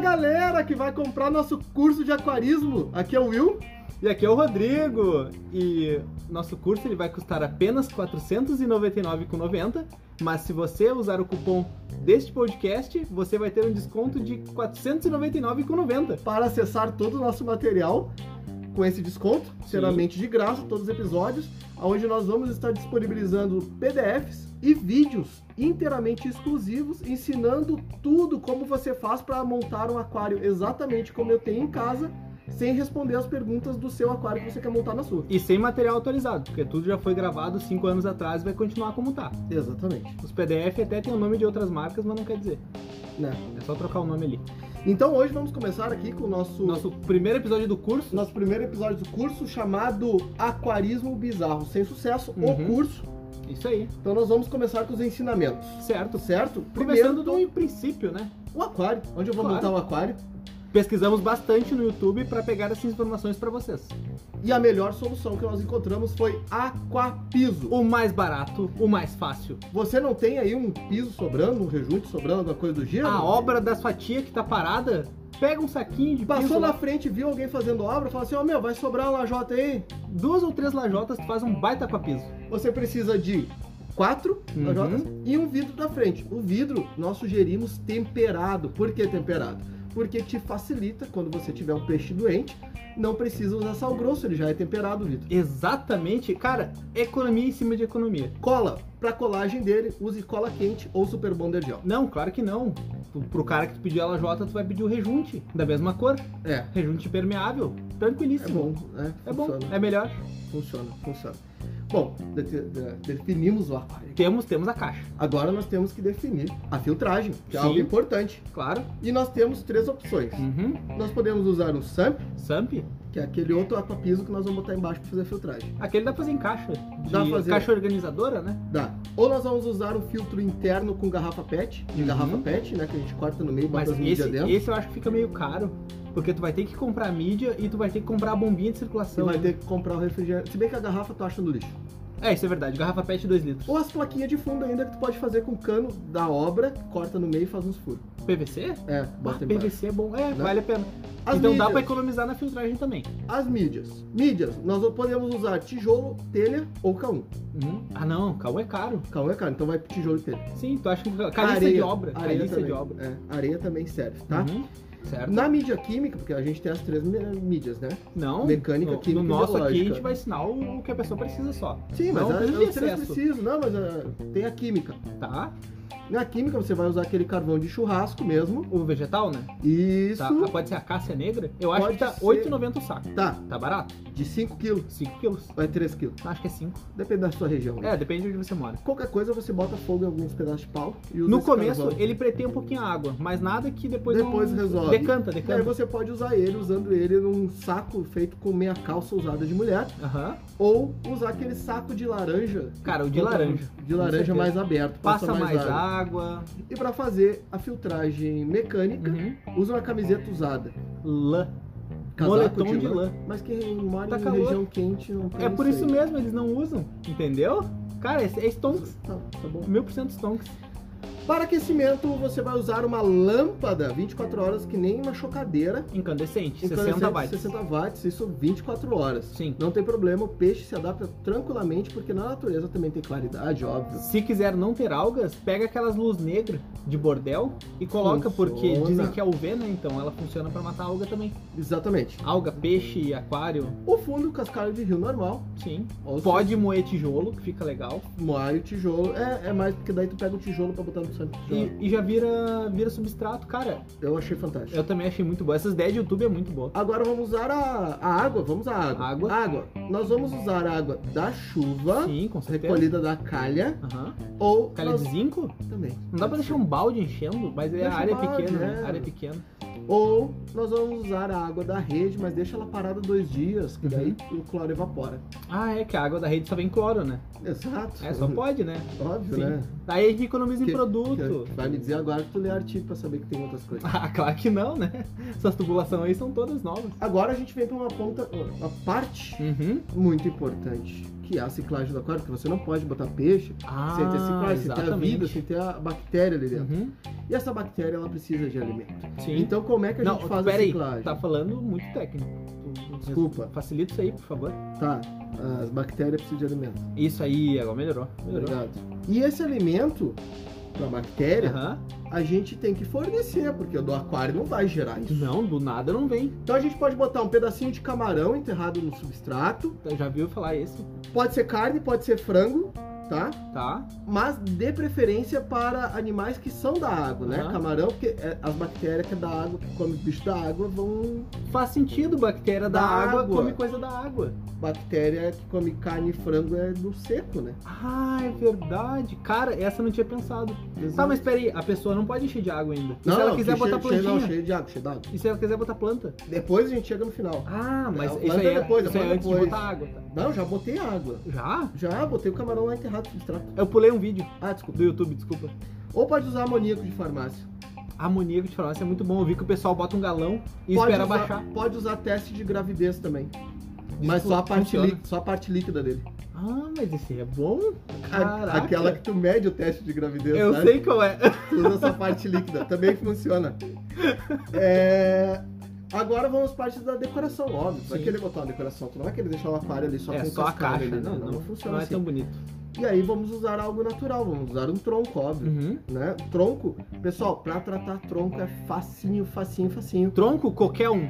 galera que vai comprar nosso curso de aquarismo. Aqui é o Will. E aqui é o Rodrigo. E nosso curso ele vai custar apenas R$ 499,90. Mas se você usar o cupom deste podcast, você vai ter um desconto de R$ 499,90. Para acessar todo o nosso material com esse desconto, geralmente de graça, todos os episódios, onde nós vamos estar disponibilizando PDFs e vídeos inteiramente exclusivos, ensinando tudo como você faz para montar um aquário exatamente como eu tenho em casa, sem responder as perguntas do seu aquário que você quer montar na sua. E sem material atualizado, porque tudo já foi gravado 5 anos atrás e vai continuar como tá. Exatamente. Os PDF até tem o nome de outras marcas, mas não quer dizer. Né? É só trocar o nome ali. Então hoje vamos começar aqui com o nosso, nosso Nosso primeiro episódio do curso. primeiro episódio do curso chamado Aquarismo Bizarro Sem Sucesso, o Uhum. curso. Isso aí. Então nós vamos começar com os ensinamentos. Tá Certo. Certo? Começando Primeiro, do princípio, né? o aquário. Onde eu vou Claro. montar o aquário? Pesquisamos bastante no YouTube para pegar essas informações para vocês. E a melhor solução que nós encontramos foi aquapiso. O mais barato, o mais fácil. Você não tem aí um piso sobrando, um rejunte sobrando, alguma coisa do gênero? A obra das fatias que tá parada, pega um saquinho de piso, Passou na frente, viu alguém fazendo obra, fala assim, ó meu, vai sobrar uma lajota aí. duas ou três lajotas, tu faz um baita com piso. Você precisa de quatro Uhum. lajotas e um vidro da frente. O vidro nós sugerimos temperado. Por que temperado? Porque te facilita quando você tiver um peixe doente, não precisa usar sal grosso, ele já é temperado o vidro. Exatamente, cara, economia em cima de economia. Cola, pra colagem dele, use cola quente ou super bonder gel. Não, claro que não. Tu- Pro cara que tu pediu a lajota, tu vai pedir o rejunte, da mesma cor. É, Rejunte permeável, é tranquilíssimo. bom, né? É bom, Funciona. é melhor. Funciona, funciona. Bom, de- de- de- definimos o aquário. Temos, temos a caixa, Agora nós temos que definir a filtragem, que é Sim. algo importante. claro. E nós temos três opções. Uhum. Nós podemos usar o SAMP, Samp, que é aquele outro aquapiso que nós vamos botar embaixo para fazer a filtragem. aquele dá pra fazer em caixa. Dá pra de fazer. Caixa organizadora, né? Dá. Ou nós vamos usar um filtro interno com garrafa PET, de Uhum. garrafa PET, né? Que a gente corta no meio e Mas bota as esse, mídias dentro. esse eu acho que fica meio caro, porque tu vai ter que comprar a mídia e tu vai ter que comprar a bombinha de Você circulação. vai ter que comprar o refrigerante. Se bem que a garrafa tu acha no lixo. É, isso é verdade. Garrafa PET 2 litros. Ou as plaquinhas de fundo ainda que tu pode fazer com cano da obra, corta no meio e faz uns furos. PVC? É, Ah, bota embaixo. PVC é bom. É, Né? vale a pena. As então dá mídias. pra economizar na filtragem também. As mídias. Mídias, nós podemos usar tijolo, telha ou K1. Uhum. Ah não, cal é caro. K1 é caro, então vai tijolo e telha. Sim, tu acha que... Caliça Areia. de obra. Areia Caliça também. de obra. É, areia também serve, tá? Uhum. Certo? Na mídia química, porque a gente tem as três mí- mídias, né? Não. Mecânica, no, química No e nosso aqui a biológica. gente vai ensinar o o que a pessoa precisa só. Sim, mas não a- precisa de os três excesso. precisam, não, mas ah, tem a química. Tá? Na química você vai usar aquele carvão de churrasco mesmo. O vegetal, né? Isso. Tá. Ah, Pode ser a cássia negra. Eu acho Pode que tá ser. 8,90 o saco. Tá, Tá barato? de 5 kg 5 quilos. ou é 3 kg? Acho que é 5. Depende da sua região. né? É, depende de onde você mora. Qualquer coisa você bota fogo em alguns pedaços de pau e usa No esse começo, carvão. ele pretém um pouquinho a água, mas nada que depois, Depois não... resolve. Decanta, E aí decanta. você pode usar ele usando ele num saco feito com meia calça usada de mulher Aham. ou usar aquele saco de laranja. Cara, o de laranja. De laranja certeza. mais aberto. Passa, mais, água. E pra fazer a filtragem mecânica, Uhum. usa uma camiseta usada. Lã. Casaco Moletom de lã. Mas quem mora Tá em calor. região quente não tem É por isso aí. mesmo, eles não usam, entendeu? Cara, é, é Stonks. Tá, tá bom. Mil por cento Stonks. Para aquecimento, você vai usar uma lâmpada 24 horas, que nem uma chocadeira. Incandescente, incandescente 60 watts. 60 watts, isso 24 horas. Sim. Não tem problema, o peixe se adapta tranquilamente, porque na natureza também tem claridade, óbvio. Se quiser não ter algas, pega aquelas luz negras de bordel e coloca, Funciona. porque dizem que é UV, né? Então ela funciona pra matar alga também. Exatamente. Alga, peixe, aquário, O fundo, cascalho de rio normal. sim. Ou se Pode moer tijolo, que fica legal. Moar o tijolo. É, é mais porque daí tu pega o tijolo pra botar no sangue. do tijolo. E, e já vira, vira substrato, cara. Eu achei fantástico. Eu também achei muito boa. Essas ideias de YouTube é muito boa. Agora vamos usar a, a água. Vamos à água. Água. Nós vamos usar a água da chuva, Sim, com certeza. recolhida da calha, Aham. ou Calha nós- de zinco? também. Não dá pra deixar um balde enchendo, mas é Deixa a área o balde, pequena, é. né? Área pequena. Ou nós vamos usar a água da rede, mas deixa ela parada dois dias, que daí Uhum. o cloro evapora. Ah, é que a água da rede só vem cloro, né? Exato. É, só pode, né? Óbvio, Sim. né? Daí a gente economiza Uhum. Que- em produto. Vai me dizer agora que tu lê artigo pra saber que tem outras coisas. Ah, claro que não, né? Essas tubulações aí são todas novas. Agora a gente vem pra uma ponta, uma parte Uhum. muito importante, que que é a ciclagem do aquário, porque você não pode botar peixe Ah, sem ter ciclagem, sem ter a vida, exatamente. sem ter a bactéria ali dentro. Uhum. E essa bactéria, ela precisa de alimento. Sim. Então, como é que a não, gente faz a peraí, ciclagem? tá falando muito técnico. Desculpa. Facilita isso aí, por favor. Tá, as bactérias precisam de alimento. Isso aí, agora melhorou. Melhorou. Obrigado. E esse alimento pra bactéria, Aham. a gente tem que fornecer, porque o do aquário não vai gerar isso. Não, do nada não vem. Então a gente pode botar um pedacinho de camarão enterrado no substrato. Eu Tá, Já viu falar esse? Pode ser carne, pode ser frango, tá? Tá. Mas dê preferência para animais que são da água, né? Aham. Camarão, porque é, as bactérias que é da água, que come bicho da água, vão. Faz sentido, bactéria da, Da água, água. come coisa da água. Bactéria que come carne e frango é do seco, né? Ah, é verdade. Cara, essa eu não tinha pensado. Tá, mas peraí, a pessoa não pode encher de água ainda. E se ela quiser que botar cheio, cheio- plantinha? não, cheio de água, cheio d'água. E se ela quiser botar planta? Depois a gente chega no final. Ah, mas a isso planta aí é, depois, a isso aí é planta antes de depois. botar água. tá? Não, já botei água. Já? Já botei o camarão lá enterrado no substrato. Eu pulei um vídeo Ah, desculpa. do YouTube, desculpa. Ou pode usar amoníaco de farmácia. Amoníaco de farmácia é muito bom. Eu vi que o pessoal bota um galão e pode espera usar, baixar. Pode usar teste de gravidez também. Mas Isso só a, parte funciona. lí- só a parte líquida dele. Ah, mas esse é bom? A- Caraca. aquela que tu mede o teste de gravidez, tá? Eu sabe? sei qual é. Tu usa essa parte líquida. Também funciona. É, Agora vamos às partes da decoração, óbvio. Tu Vai Sim. querer botar uma decoração, tu não vai querer deixar o aquário ali só é com só a cascalho caixa. ali, né? não, não, funciona não é assim. tão bonito. E aí vamos usar algo natural, vamos usar um tronco, óbvio. Uhum. né? Tronco, pessoal, pra tratar tronco é facinho, facinho, facinho, Tronco, qualquer um.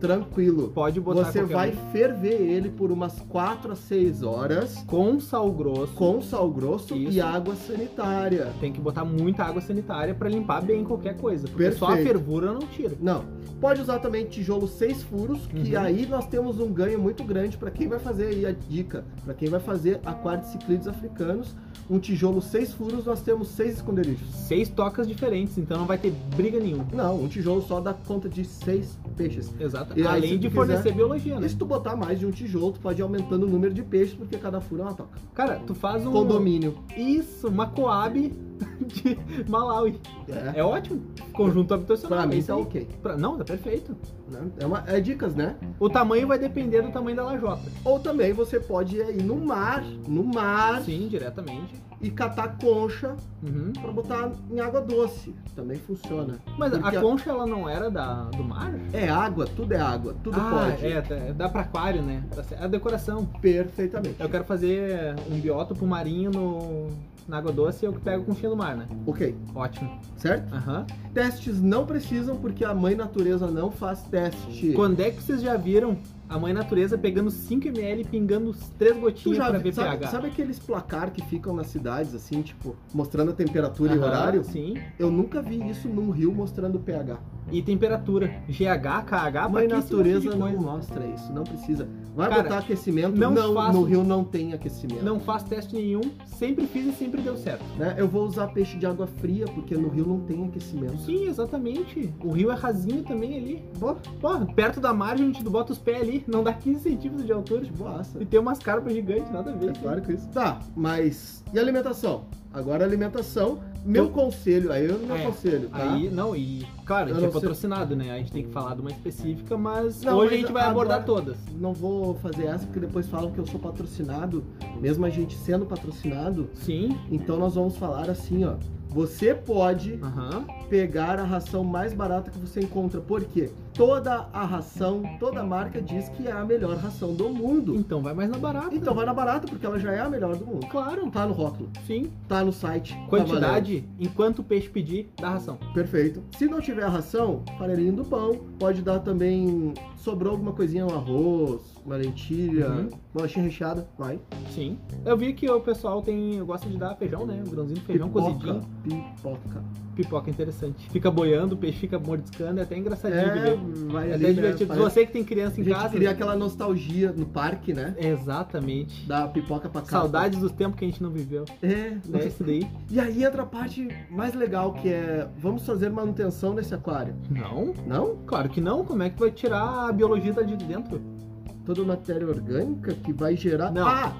tranquilo. Pode botar Você qualquer vai um. ferver ele por umas 4 a 6 horas Com sal grosso. com sal grosso e Isso. água sanitária. Tem que botar muita água sanitária pra limpar bem qualquer coisa. Porque só a Perfeito. fervura não tira. Não, pode usar também tijolo seis furos, que Uhum. aí nós temos um ganho muito grande para quem vai fazer aí a dica, para quem vai fazer aquário de ciclides africanos, um tijolo seis furos, nós temos seis esconderijos. Seis tocas diferentes, então não vai ter briga nenhuma. Não, um tijolo só dá conta de seis peixes. Exato. E aí, se Além tu de quiser- fornecer biologia, né? E se tu botar mais de um tijolo, tu pode ir aumentando o número de peixes, porque cada furo é uma toca. Cara, tu faz um. Condomínio. Isso, uma Coab de Malawi. É. É ótimo. Conjunto habitacional. Pra mim isso tá aí. ok. Pra- Não, tá perfeito. né? É, uma- é dicas, né? O tamanho vai depender do tamanho da lajota. Ou também você pode ir no mar, no mar, Sim, diretamente. e catar concha Uhum. pra botar em água doce. Também funciona. Mas Porque a a- concha ela não era da, do mar? É água, tudo é água, tudo ah, pode. É, tá- dá pra aquário, né? Tá certo. É a decoração. Perfeitamente. Eu quero fazer um biótopo marinho no, na água doce e eu que pego com concha do mar, né? Ok, Ótimo. certo? Aham. Testes não precisam, porque a mãe natureza não faz teste. Quando é que vocês já viram a mãe natureza pegando 5ml e pingando os três Tu gotinhas já pra vi- ver sabe, pH? sabe aqueles placar que ficam nas cidades, assim, tipo, mostrando a temperatura e Aham, horário? Sim. Eu nunca vi isso num rio mostrando pH. E temperatura. GH, KH, A mãe pra que esse um monte natureza de não coisa? mostra isso, não precisa. Vai Cara, botar aquecimento? não Não, faço- no rio não tem aquecimento. Não faz teste nenhum, sempre fiz e sempre deu certo. né? Eu vou usar peixe de água fria, porque no rio não tem aquecimento. Sim, exatamente. O rio é rasinho também ali. Boa, Pô, perto da margem a gente bota os pés ali, não dá 15 centímetros de altura. de boaça. E tem umas carpas gigantes, nada a ver. É claro que isso. Tá, mas e alimentação? Agora alimentação, meu Eu- conselho, aí eu meu É, conselho, tá? Aí, não, e claro, a Eu gente é não sei. patrocinado, né? A gente tem que falar de uma específica, mas Não, hoje mas a gente vai agora- abordar todas. Não vou fazer essa porque depois falam que eu sou patrocinado, mesmo a gente sendo patrocinado. Sim, Então nós vamos falar assim, ó. Você pode aham. pegar a ração mais barata que você encontra. Por quê? Toda a ração, toda a marca diz que é a melhor ração do mundo. Então vai mais na barata. Então vai na barata, porque ela já é a melhor do mundo. Claro, Tá no rótulo, sim. tá no site. tá valendo. Quantidade, enquanto o peixe pedir, dá ração. Perfeito. Se não tiver a ração, farelinho do pão. Pode dar também. Sobrou alguma coisinha, um arroz, uma lentilha, Uhum. bolachinha recheada, vai. Sim. Eu vi que o pessoal tem gosta de dar feijão, né? Um grãozinho de feijão pipoca, cozidinho. pipoca. Pipoca interessante. Fica boiando, o peixe fica mordiscando, é até engraçadinho de É, ver. vai É ali. até né, divertido. faz- Você que tem criança A em gente casa. né? cria aquela nostalgia no parque, né? Exatamente. Da pipoca pra casa. Saudades dos tempos que a gente não viveu. É, né? Né? Isso daí? E aí entra a parte mais legal, que é vamos fazer manutenção nesse aquário. Não, Não? claro que não. Como é que tu vai tirar a biologia da de dentro? Toda matéria orgânica que vai gerar. Não. Ah!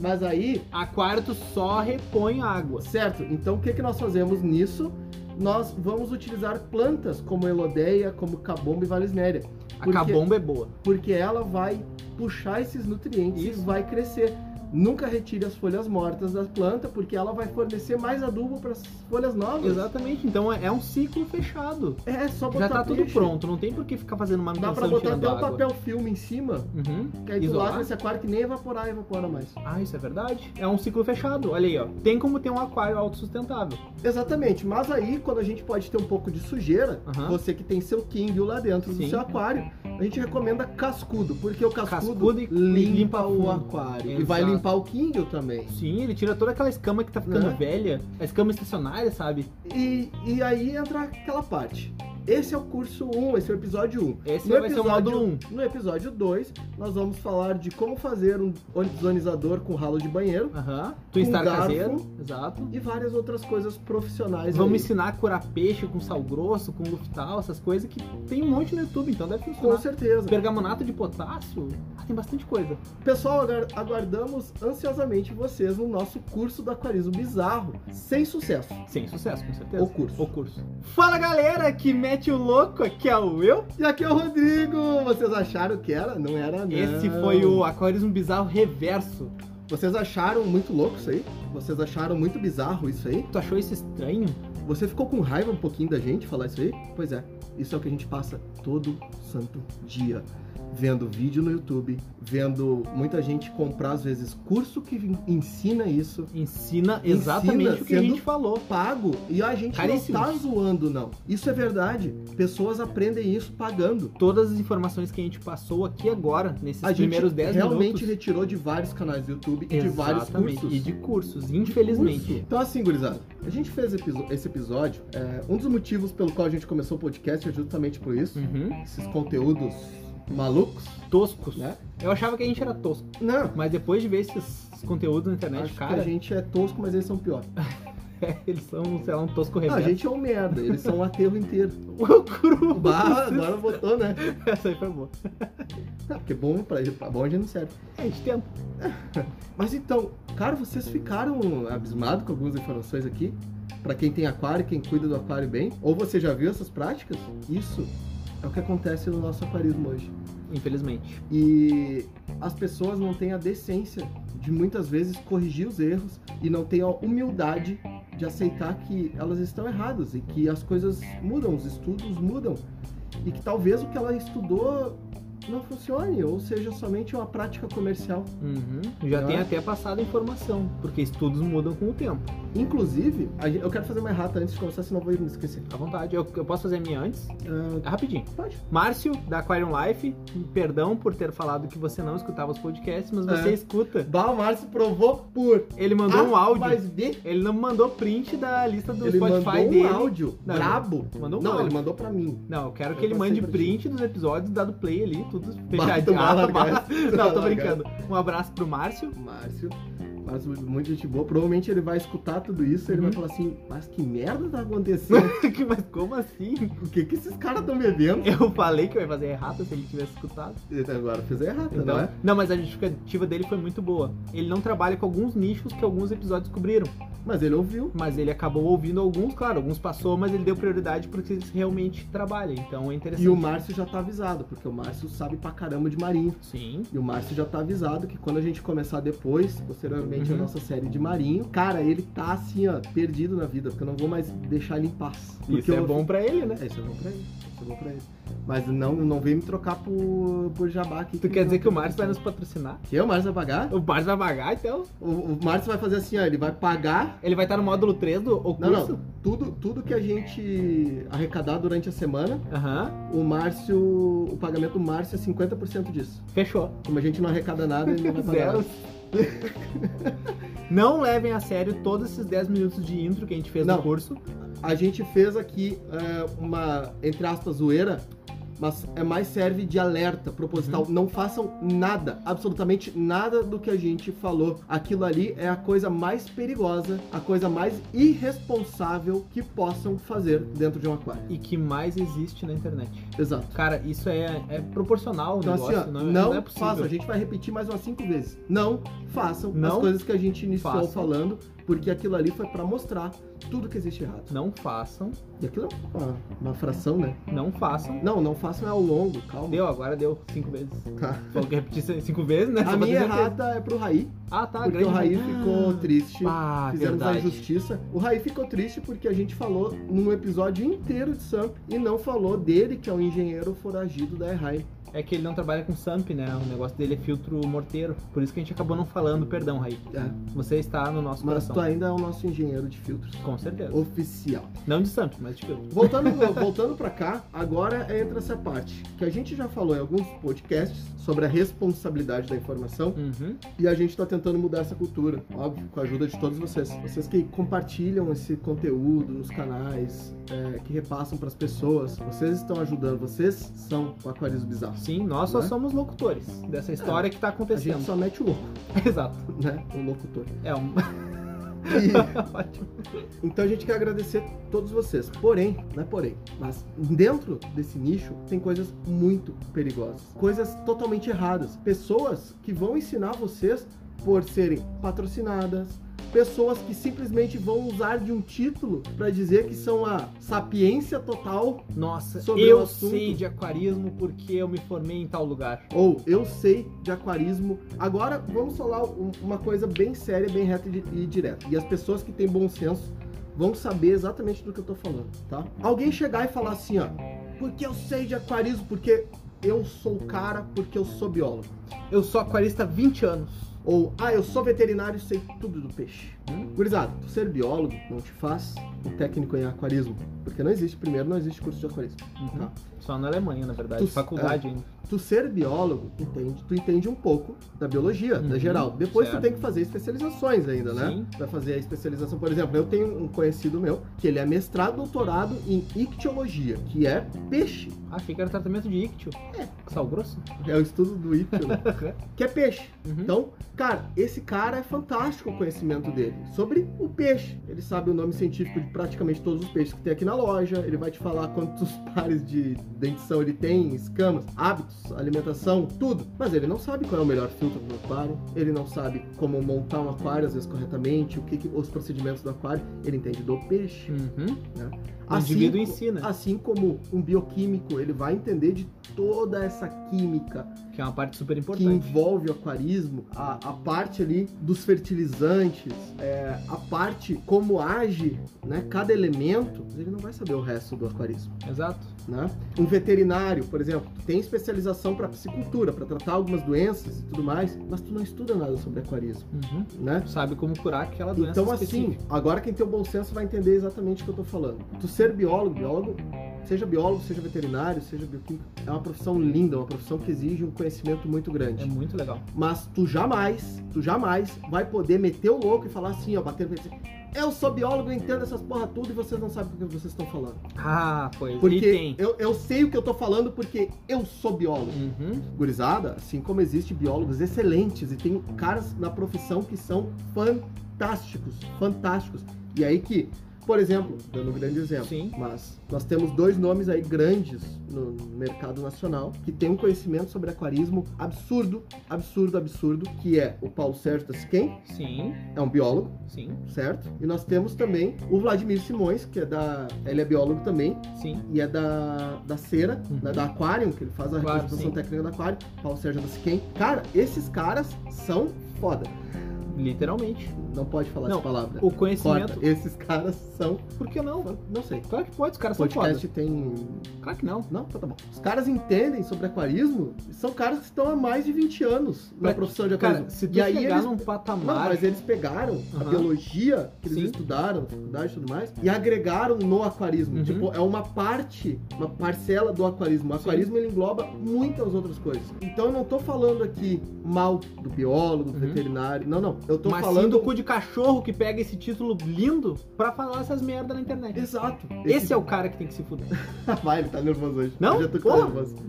Mas aí Aquário tu só repõe água. Certo, então o que, que nós fazemos nisso? Nós vamos utilizar plantas como elodeia, como cabomba e valisnéria, A Porque- cabomba é boa. porque ela vai puxar esses nutrientes Isso. e vai crescer. Nunca retire as folhas mortas da planta, porque ela vai fornecer mais adubo para as folhas novas. Exatamente, então é é um ciclo fechado. É, só botar Já tá tudo peixe. pronto, não tem por que ficar fazendo Dá manutenção pra e botar tirando até um água. papel filme em cima, Uhum. que aí tu Isolar. lasca esse aquário que nem evaporar, evapora mais. Ah, isso é verdade. É um ciclo fechado. Olha aí, ó. Tem como ter um aquário autossustentável. Exatamente, mas aí quando a gente pode ter um pouco de sujeira, Aham. você que tem seu Kindle lá dentro Sim. do seu aquário, a gente recomenda cascudo, porque o cascudo, Cascudo e- limpa, limpa o fundo. aquário e Exato. vai limpar o Kindle também. Sim, ele tira toda aquela escama que tá ficando Né? velha, a escama estacionária, sabe? E, e aí entra aquela parte. Esse é o curso 1, esse é o episódio 1. Esse No vai ser o módulo 1. No episódio 2, nós vamos falar de como fazer um ozonizador com ralo de banheiro Aham. Twinstar garfo. caseiro. Exato. e várias outras coisas profissionais. Vamos aí. ensinar a curar peixe com sal grosso, com luftal, essas coisas que tem um monte no YouTube, então deve Com funcionar. certeza. Pergamonato de potássio? Ah, tem bastante coisa. Pessoal, agar- aguardamos ansiosamente vocês no nosso curso do Aquarismo Bizarro, sem sucesso. Sem sucesso, com certeza. O curso. O curso. Fala galera que mete o louco, aqui é o eu. E aqui é o Rodrigo! Vocês acharam que era? Não era, não. Esse foi o Aquarismo Bizarro Reverso. Vocês acharam muito louco isso aí? Vocês acharam muito bizarro isso aí? Tu achou isso estranho? Você ficou com raiva um pouquinho da gente falar isso aí? Pois é, isso é o que a gente passa todo santo dia. Vendo vídeo no YouTube, vendo muita gente comprar, às vezes, curso que ensina isso, Ensina exatamente Ensina o que a gente sendo- falou. pago, e a gente Caríssimo. não tá zoando, não. Isso é verdade. Pessoas aprendem isso pagando. Todas as informações que a gente passou aqui agora, nesses A gente primeiros 10 realmente minutos. retirou de vários canais do YouTube e de vários Exatamente, cursos. E de cursos, infelizmente. Curso. Então, assim, gurizada, a gente fez episo- esse episódio. é, um dos motivos pelo qual a gente começou o podcast é justamente por isso. Uhum. Esses conteúdos malucos, Toscos. né? Eu achava que a gente era tosco. Não. Mas depois de ver esses conteúdos na internet, Acho que cara, a gente é tosco, mas eles são pior. eles são, sei lá, um tosco Não, a reverso. gente é um merda, eles são um aterro inteiro. O cru. Bah, agora botou, né? Essa aí foi boa. Ah, Porque bom pra, pra bom a gente não serve. É, de tempo. Mas então, cara, vocês ficaram abismados com algumas informações aqui? Pra quem tem aquário, quem cuida do aquário bem? Ou você já viu essas práticas? Isso é o que acontece no nosso aquarismo hoje. Infelizmente. E as pessoas não têm a decência de muitas vezes corrigir os erros e não têm a humildade de aceitar que elas estão erradas e que as coisas mudam, os estudos mudam e que talvez o que ela estudou não funcione ou seja somente uma prática comercial. Uhum. Já Eu tem acho- até passado a informação, porque estudos mudam com o tempo. Inclusive, a gen- eu quero fazer uma errata antes de começar, senão eu vou me esquecer. À vontade. Eu, eu posso fazer a minha antes? Ah, Rapidinho. pode? Márcio, da Aquarium Life, perdão por ter falado que você não escutava os podcasts, mas você É. escuta. Bah, o Márcio provou por. Ele mandou um áudio. Mas vê, Ele não mandou print da lista do ele Spotify mandou um dele. áudio Não, brabo. mandou um não, áudio. ele mandou pra mim. Não, eu quero que Eu ele passei mande pra print dos episódios, dado play ali, tudo Bato fechadinho. uma Ah, largada. barra- Não, tô brincando. Um abraço pro Márcio. Márcio. Márcio, muito gente boa. Provavelmente ele vai escutar tudo isso e ele Uhum. vai falar assim: Mas que merda tá acontecendo? Que- Mas como assim? o que, que esses caras estão bebendo? Eu falei que eu ia fazer errado se ele tivesse escutado. Ele tá, agora fez errado, Então, não é? não, mas a justificativa dele foi muito boa. Ele não trabalha com alguns nichos que alguns episódios cobriram. Mas ele ouviu. Mas ele acabou ouvindo alguns, claro, alguns passou, mas ele deu prioridade porque eles realmente trabalham. Então é interessante. E o Márcio já tá avisado, porque o Márcio sabe pra caramba de marinho. Sim. E o Márcio já tá avisado que quando a gente começar depois, posteriormente, Uhum. a nossa série de marinho, cara, ele tá assim, ó, perdido na vida, porque eu não vou mais deixar ele em paz. Porque Isso é eu- bom pra ele, né? É, isso é bom pra ele. Isso é bom pra ele. Mas não, não vem me trocar por, por jabá aqui. Tu quer dizer que o Márcio vai nos patrocinar? Que o Márcio vai pagar? O Márcio vai pagar, então? O, o Márcio vai fazer assim, ó, ele vai pagar Ele vai estar no módulo 3 do o curso? Não, não. tudo, tudo que a gente arrecadar durante a semana. Aham. O Márcio, o pagamento do Márcio é 50% disso. Fechou. Como a gente não arrecada nada, ele não vai pagar. Zero. nada. não levem a sério todos esses 10 minutos de intro que a gente fez no Não. curso. A gente fez aqui é, uma, entre aspas, zoeira, mas é mais serve de alerta Uhum. proposital. Não façam nada, absolutamente nada do que a gente falou. Aquilo ali é a coisa mais perigosa, a coisa mais irresponsável que possam fazer Uhum. dentro de um aquário. E que mais existe na internet. Exato. Cara, isso é, é proporcional o Então, negócio. assim, ó, não, não, é- não é possível. façam. A gente vai repetir mais umas cinco vezes. Não façam Não as coisas que a gente iniciou façam. falando, Porque aquilo ali foi pra mostrar tudo que existe errado. Não façam, E aquilo é uma, uma fração, né? não façam. Não, não façam é ao longo, calma. Deu, agora deu cinco vezes. Tá. Falou que repetir cinco vezes, né? Só A pra minha ter certeza. errada é pro Raí, Ah, tá, porque grande. o Raí Ah, ficou triste. Ah, Fizemos a verdade. injustiça. O Raí ficou triste porque a gente falou num episódio inteiro de Samp e não falou dele, que é um engenheiro foragido da Errai. É que ele não trabalha com SAMP, né? O negócio dele é filtro morteiro. Por isso que a gente acabou não falando, perdão, Raí. É, Você está no nosso mas coração. tu é- ainda é o nosso engenheiro de filtros. Com certeza. Oficial. Não de SAMP, mas de filtro. Voltando, voltando pra cá, agora entra essa parte que a gente já falou em alguns podcasts sobre a responsabilidade da informação Uhum. e a gente tá tentando mudar essa cultura, óbvio, com a ajuda de todos vocês. Vocês que compartilham esse conteúdo nos canais, é, que repassam pras pessoas, vocês estão ajudando, vocês são o Aquarismo Bizarro. Sim, nós só Né? somos locutores dessa história que tá É. A gente acontecendo. só mete o louco, Exato. né? O locutor. É um. E- Ótimo. Então a gente quer agradecer todos vocês. Porém, não é porém, mas dentro desse nicho tem coisas muito perigosas, coisas totalmente erradas, pessoas que vão ensinar vocês por serem patrocinadas, pessoas que simplesmente vão usar de um título para dizer que são a sapiência total Nossa, Sobre o eu assunto. sei de aquarismo porque eu me formei em tal lugar. ou eu sei de aquarismo. Agora vamos falar um- uma coisa bem séria, bem reta e di- e direta. E as pessoas que têm bom senso vão saber exatamente do que eu tô falando, tá? Alguém chegar e falar assim, ó, porque eu sei de aquarismo, porque eu sou o cara, porque eu sou biólogo. Eu sou aquarista há 20 anos. Ou, ah, eu sou veterinário e sei tudo do peixe. Hum? Gurizada, tu ser biólogo não te faz um técnico em aquarismo. Porque não existe, primeiro, não existe curso de aquarismo. Uhum. Só na Alemanha, na verdade. Tu- é, Faculdade ainda. tu ser biólogo, entende, tu entende um pouco da biologia, da Uhum, geral. Depois certo. tu tem que fazer especializações ainda, né? Sim. Vai fazer a especialização, por exemplo, eu tenho um conhecido meu que ele é mestrado, doutorado em ictiologia, que é peixe. Ah, Achei que era tratamento de ictio. É. Sal grosso? É o estudo do ictio, né? que é peixe. Uhum. Então, cara, esse cara é fantástico o conhecimento dele sobre o peixe. Ele sabe o nome científico de praticamente todos os peixes que tem aqui na loja. Ele vai te falar quantos pares de dentição ele tem, escamas, hábitos, alimentação, tudo. Mas ele não sabe qual é o melhor filtro para o aquário. Ele não sabe como montar um aquário às vezes corretamente, o que, que- os procedimentos do aquário. Ele entende do peixe. Uhum. O Assim indivíduo co- ensina, Assim como um bioquímico, ele vai entender de toda essa química que é uma parte super que importante. envolve o aquarismo, a, a parte ali dos fertilizantes, é, a parte como age né, cada elemento, ele não vai saber o resto do aquarismo. Exato. Né? Um veterinário, por exemplo, tu tem especialização para piscicultura, para tratar algumas doenças e tudo mais, mas tu não estuda nada sobre aquarismo, Uhum. né? Sabe como curar aquela doença Então assim, específica. agora quem tem o bom senso vai entender exatamente o que eu tô falando. Tu ser biólogo, biólogo, seja biólogo, seja veterinário, seja bioquímico, é uma profissão linda, uma profissão que exige um conhecimento muito grande. É muito legal. Mas tu jamais, tu jamais vai poder meter o louco e falar assim, ó, bater no peito assim, eu sou biólogo, eu entendo essas porra tudo e vocês não sabem o que vocês estão falando. Ah, pois. E Porque tem. eu, eu sei o que eu tô falando porque eu sou biólogo. Uhum. Gurizada, assim como existem biólogos excelentes e tem caras na profissão que são fantásticos, fantásticos. E aí que, por exemplo, dando um grande exemplo, Sim. mas nós temos dois nomes aí grandes no mercado nacional que tem um conhecimento sobre aquarismo absurdo, absurdo, absurdo, que é o Paulo Sérgio Tasquem, Sim. é um biólogo, Sim. certo? E nós temos também o Vladimir Simões, que é da, ele é biólogo também Sim. e é da da Cera, Uhum. né, da Aquarium, que ele faz a Claro, representação sim. técnica da Aquarium, Paulo Sérgio Tasquem. Cara, esses caras são foda. Literalmente. Não pode falar Não, essa palavra. O conhecimento. Corta. Esses caras são, Por que não? não sei. Claro que pode, os caras O são foda. podcast tem Claro que não. Não, tá, tá bom. Os caras entendem sobre aquarismo, são caras que estão há mais de 20 anos na Pra- profissão de aquarismo. Cara, se tu e aí chegar eles... num Não, patamar. mas eles pegaram a Aham. biologia que eles Sim. estudaram, na faculdade e tudo mais, e agregaram no aquarismo. Uhum. Tipo, é uma parte, uma parcela do aquarismo. O Sim. aquarismo ele engloba muitas outras coisas. Então eu não tô falando aqui mal do biólogo, do Uhum. veterinário. Não, não. Eu tô mas sim falando. do cu de cachorro que pega esse título lindo pra falar essas merda na internet. Exato. Esse é o cara que tem que se fuder. Vai, ele tá nervoso hoje. Não? Eu já tô com Porra. nervoso.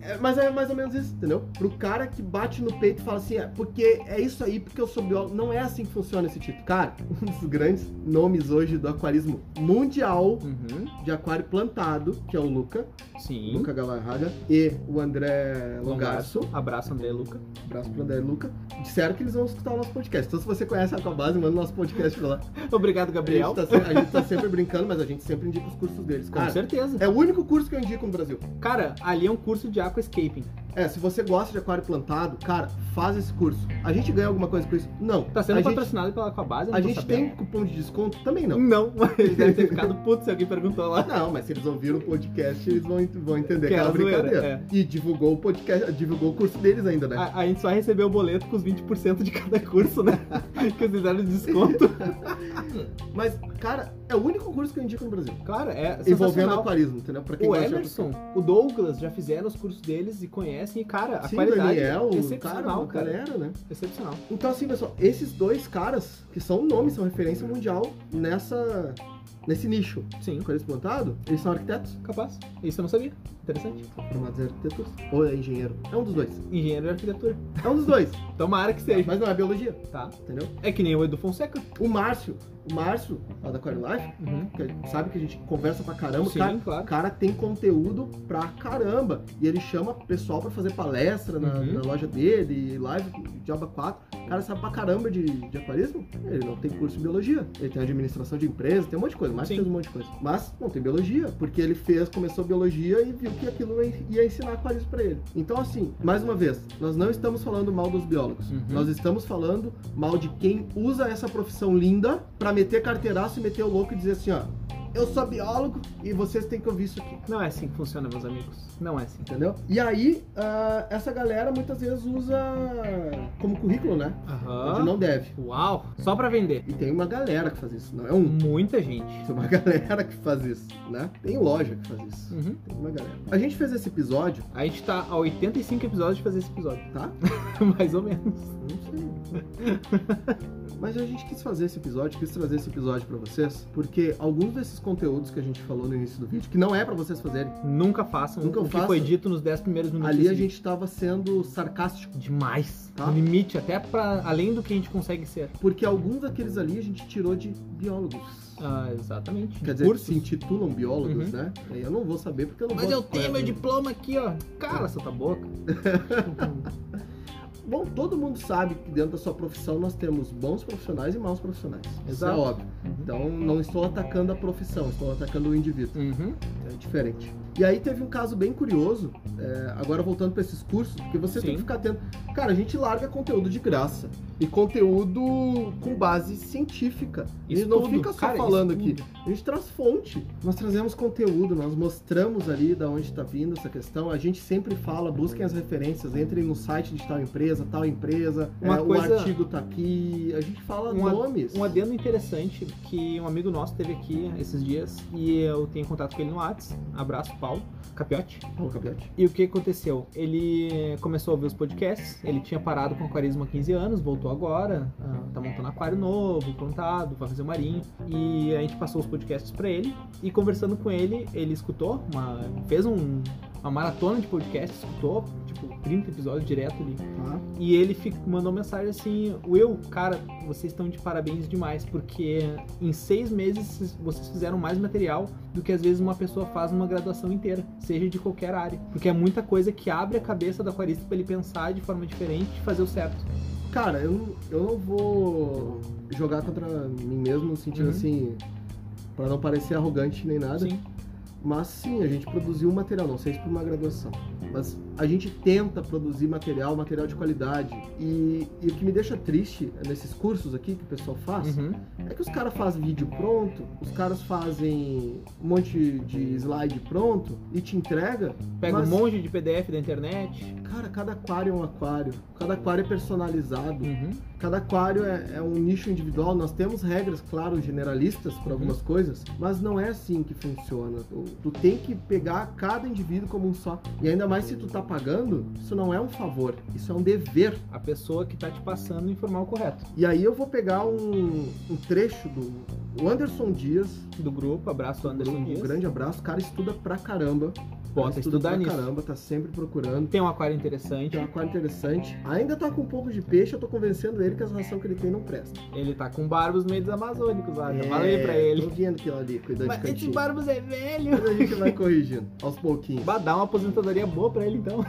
É, mas é mais ou menos isso, entendeu? Pro cara que bate no peito e fala assim, é, porque é isso aí, porque eu sou biólogo. Não é assim que funciona esse título. Cara, um dos grandes nomes hoje do aquarismo mundial Uhum. de aquário plantado, que é o Luca, Sim. Luca Galarraga, e o André Longaço, um Abraço, André Luca. abraço pro André e Luca, disseram que eles vão escutar o nosso podcast. Então, se você conhece a Aquabase, manda o nosso podcast pra lá. Obrigado, A gente, Gabriel. tá, se- a gente tá sempre brincando, mas a gente sempre indica os cursos deles. Com Cara, certeza. é o único curso que eu indico no Brasil. Cara, ali é um curso de aquascaping. É, se você gosta de aquário plantado, cara, faz esse curso. A gente ganha alguma coisa com isso? Não. Tá sendo a gente, patrocinado Hum. pela Aquabase, eu não a tô gente sabendo. tem cupom de desconto? Também não. Ah, Não, mas eles devem ter ficado puto se alguém perguntou lá. Não, mas se eles ouviram o podcast, eles vão, vão entender Que aquela era zoeira, brincadeira. né? é. Ah. E divulgou o podcast, divulgou o curso deles ainda, né? A, a gente só recebeu o boleto com os 20% de cada curso, né? que eles fizeram de desconto. Mas, cara, é o único curso que eu indico no Brasil. Cara, é Envolvendo sensacional. aquarismo, entendeu? Pra quem O gosta de Emerson, o Douglas já fizeram os cursos deles e conhecem. E, cara, a aquarismo. Sim, qualidade Daniel, é o cara, excepcional, a cara. galera, né? Excepcional. Então, assim, pessoal, esses dois caras, que são nomes, são referência mundial nessa, nesse nicho Sim, do aquarismo plantado, eles são arquitetos, capaz. Isso eu não sabia. são Interessante. Tipo, formados em arquitetura, ou é engenheiro. É um dos dois. Engenheiro de arquitetura. É um dos dois, Tomara que seja. mas não é biologia, Tá. entendeu? É que nem o Edu Fonseca. O Márcio, o Márcio, lá da Aquarium Life, Uhum. que sabe que a gente conversa pra caramba, Sim, cara, O claro. cara tem conteúdo pra caramba. E ele chama o pessoal pra fazer palestra na, Uhum. na loja dele, live, Java 4. O cara sabe pra caramba de, de aquarismo. Ele não tem curso em biologia. Ele tem administração de empresa, tem um monte de coisa. Mas Sim. fez um monte de coisa. Mas não tem biologia, porque ele fez, começou biologia e viu que aquilo ia- ia ensinar aquarismo pra ele. Então, assim, mais uma vez, nós não estamos falando mal dos biólogos. Uhum. Nós estamos falando mal de quem usa essa profissão linda pra meter carteiraço e meter o louco e dizer assim, ó. Eu sou biólogo e vocês têm que ouvir isso aqui, Não é assim que funciona, meus amigos. Não é assim. entendeu? E aí, ah, essa galera muitas vezes usa como currículo, né? Onde Aham. não deve. Uhum. Uau. Só pra vender. E tem uma galera que faz isso, não é um. Muita gente. Tem uma galera que faz isso, né? Tem loja que faz isso. Uhum. Tem uma galera. A gente fez esse episódio, A gente tá a 85 episódios de fazer esse episódio. tá? Mais ou menos. Não sei. Mas a gente quis fazer esse episódio, quis trazer esse episódio pra vocês, porque alguns desses conteúdos que a gente falou no início do vídeo, que não é pra vocês fazerem, Nunca façam Nunca o que façam. foi dito nos 10 primeiros minutos. ali a desse gente tava sendo sarcástico. vídeo. Demais. Tá. No limite, até para além do que a gente consegue ser. Porque alguns daqueles ali a gente tirou de biólogos. Ah, exatamente. Quer De dizer, cursos. Uhum. se intitulam biólogos, né? Aí Eu não vou saber porque eu não Mas vou... eu tenho meu diploma aqui, ó. Cala essa tua boca. Bom, todo mundo sabe que dentro da sua profissão nós temos bons profissionais e maus profissionais. Isso é Exato. óbvio. Então não estou atacando a profissão, estou atacando o indivíduo. Uhum. É diferente. E aí teve um caso bem curioso, é, agora voltando para esses cursos, porque você tem Sim. que ficar atento. Cara, a gente larga conteúdo de graça. E conteúdo com base científica. A gente não Estudo, fica só cara, falando aqui. estudo. A gente traz fonte, nós trazemos conteúdo, nós mostramos ali da onde está vindo essa questão. A gente sempre fala, busquem as referências, entrem no site de tal empresa, tal empresa, Uma é, coisa- o artigo tá aqui. A gente fala Um a- nomes. Um adendo interessante que um amigo nosso teve aqui esses dias e eu tenho contato com ele no Whats. Abraço, Paulo Capiotti. Paulo Cabiotti. E o que aconteceu? Ele eh, começou a ouvir os podcasts, ele tinha parado com aquarismo há 15 anos, voltou agora, ah, tá montando aquário novo, plantado, vai fazer o marinho. E a gente passou os podcasts pra ele e conversando com ele, ele escutou, uma- fez um- uma maratona de podcasts, escutou, tipo, 30 episódios direto ali. Tá? E ele fi- mandou mensagem assim: Will, cara, vocês estão de parabéns demais, porque em seis meses vocês- vocês fizeram mais material do que às vezes uma pessoa faz numa graduação inteira, seja de qualquer área. Porque é muita coisa que abre a cabeça do aquarista pra ele pensar de forma diferente e fazer o certo. Cara, eu, não- eu não vou jogar contra mim mesmo no sentido Uhum. assim, pra não parecer arrogante nem nada. Sim. Mas sim, a gente produziu um material, não sei se por uma graduação, mas a gente tenta produzir material, material de qualidade. E, e o que me deixa triste nesses cursos aqui que o pessoal faz Uhum. é que os caras fazem vídeo pronto, os caras fazem um monte de slide pronto e te entrega. Pega Mas- um monte de PDF da internet. Cara, cada aquário é um aquário, cada aquário é personalizado. Uhum. Cada aquário é, é um nicho individual. Nós temos regras, claro, generalistas para Uhum. algumas coisas, mas não é assim que funciona. Tu, tu tem que pegar cada indivíduo como um só. E ainda mais se tu tá pagando, isso não é um favor, isso é um dever. A pessoa que tá te passando informar o correto. E aí eu vou pegar um, um trecho do o Anderson Dias. Do grupo, abraço Anderson um Dias. grande abraço, o cara estuda pra caramba. Bota, estuda estudar pra nisso. caramba, tá sempre procurando. Tem um aquário interessante, Tem um aquário interessante. Ainda tá com um pouco de peixe, eu tô convencendo ele que a ração que ele tem não presta. ele tá com barbos meio dos amazônicos lá, já um- É, falei pra Tô ele. vendo que ela ali cuidando de Mas esse cantinho. barbos é velho. Mas a gente vai corrigindo aos pouquinhos. Bah, dá uma aposentadoria boa pra ele então.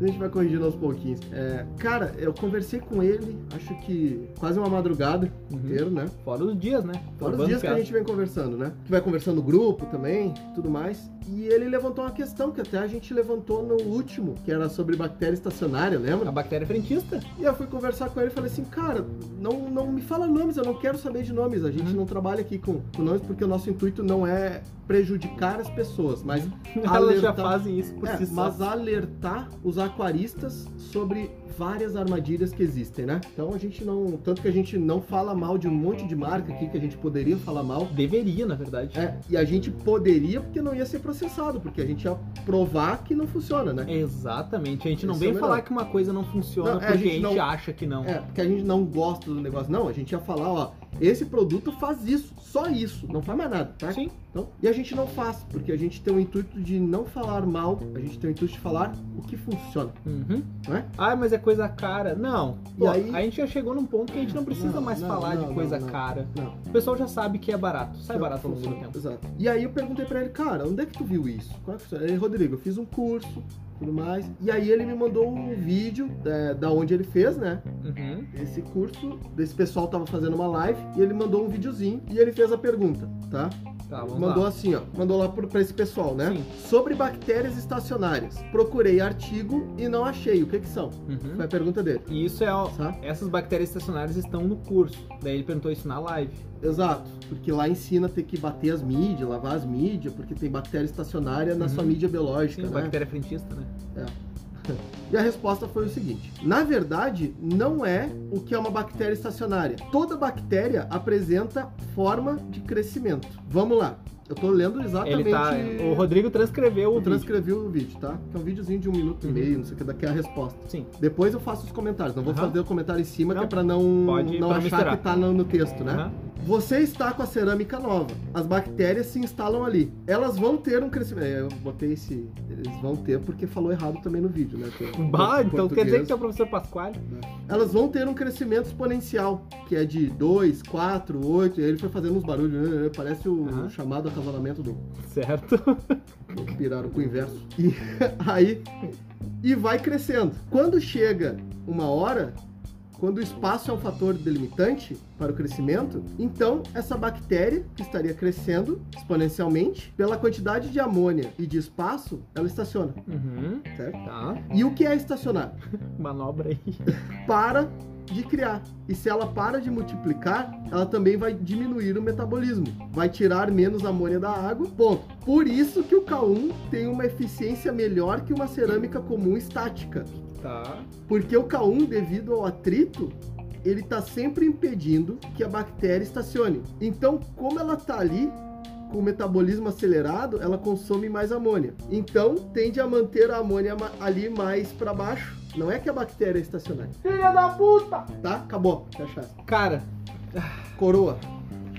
A gente vai corrigindo aos pouquinhos. É, cara, eu conversei com ele, acho que quase uma madrugada inteiro, né? Fora os dias, né? Fora os Uhum. Bando dias que a fiado. gente vem conversando, né? Que vai conversando no grupo também, tudo mais. E ele levantou uma questão que até a gente levantou no último, que era sobre bactéria estacionária, A lembra? bactéria é frentista. E eu fui conversar com ele e falei assim, cara, não, não me fala nomes, eu não quero saber de nomes. A gente Uhum. não trabalha aqui com, com nomes porque o nosso intuito não é prejudicar as pessoas, mas Elas já Alertar- fazem isso por É, si só. mas alertar os aquaristas sobre várias armadilhas que existem, né? Então a gente não. Tanto que a gente não fala mal de um monte de marca aqui que a gente poderia falar mal. Deveria, na verdade. É, e a gente poderia porque não ia ser processado, porque a gente ia provar que não funciona, né? Exatamente. A gente não Isso vem é melhor. falar que uma coisa não funciona Não, é, a porque a gente gente, não- acha que não. É, porque a gente não gosta do negócio. Não, a gente ia falar, ó, esse produto faz isso, só isso, não faz mais nada, tá? Sim. Então, e a gente não faz, porque a gente tem o intuito de não falar mal, a gente tem o intuito de falar o que funciona. Uhum. Não é? Ah, mas é coisa cara. Não. E Pô, aí- A gente já chegou num ponto que a gente não precisa Não, mais não, falar não, de coisa não, não. cara. Não. O pessoal já sabe que é barato. Sai Então, barato ao longo do funciona. tempo. Exato. E aí eu perguntei pra ele, cara, onde é que tu viu isso? Qual é que funciona? Ele, Rodrigo, eu fiz um curso, tudo mais. E aí ele me mandou um vídeo é, da onde ele fez, né? Uhum. Esse curso, desse pessoal tava fazendo uma live, e ele mandou um videozinho e ele fez a pergunta, tá? Tá, vamos mandou lá. assim, ó. Mandou lá pro, pra esse pessoal, né? Sim. Sobre bactérias estacionárias. Procurei artigo e não achei. O que que são? Uhum. Foi a pergunta dele, E isso é. ó, tá? Essas bactérias estacionárias estão no curso. Daí ele perguntou isso na live. Exato, porque lá ensina a ter que bater as mídias, lavar as mídias, porque tem bactéria estacionária na Uhum. sua mídia Sim, biológica, né? bactéria frentista, né? E a resposta foi o seguinte: na verdade, não é o que é uma bactéria estacionária. Toda bactéria apresenta forma de crescimento. Vamos lá. Eu tô lendo exatamente. Ele tá. O Rodrigo transcreveu o Eu transcre... transcrevi o vídeo, tá? Que é um videozinho de um minuto e Uhum. meio, não sei o que, daqui é a resposta. Sim. Depois eu faço os comentários. Não vou Aham. fazer o comentário em cima, que Não. é pra não, Pode- não pra achar misturar. que tá no, no texto, né? Aham. Você está com a cerâmica nova. As bactérias se instalam ali. Elas vão ter um crescimento. É, eu botei esse. Eles vão ter porque falou errado também no vídeo, né? que eu- Bah, então quer dizer português. que tu é o professor Pasquale? Elas vão ter um crescimento exponencial, que é de 2, 4, 8. Ele foi fazendo uns barulhos, né, né, parece o Aham. chamado acasalamento do, Certo. do pirarucu inverso. E aí. E vai crescendo. Quando chega uma hora. Quando o espaço é um fator delimitante para o crescimento, então essa bactéria que estaria crescendo exponencialmente, pela quantidade de amônia e de espaço, ela estaciona, Uhum. certo? Tá. E o que é estacionar? Manobra aí. para de criar. E se ela para de multiplicar, ela também vai diminuir o metabolismo, vai tirar menos amônia da água. Ponto. Por isso que o K1 tem uma eficiência melhor que uma cerâmica comum estática, Tá. porque o K1 devido ao atrito ele está sempre impedindo que a bactéria estacione. Então, como ela está ali com o metabolismo acelerado, ela consome mais amônia. Então, tende a manter a amônia ma- ali mais para baixo. Não é que a bactéria é estacionária. Filha da puta! Tá? Acabou. Cachaça. Cara, Coroa.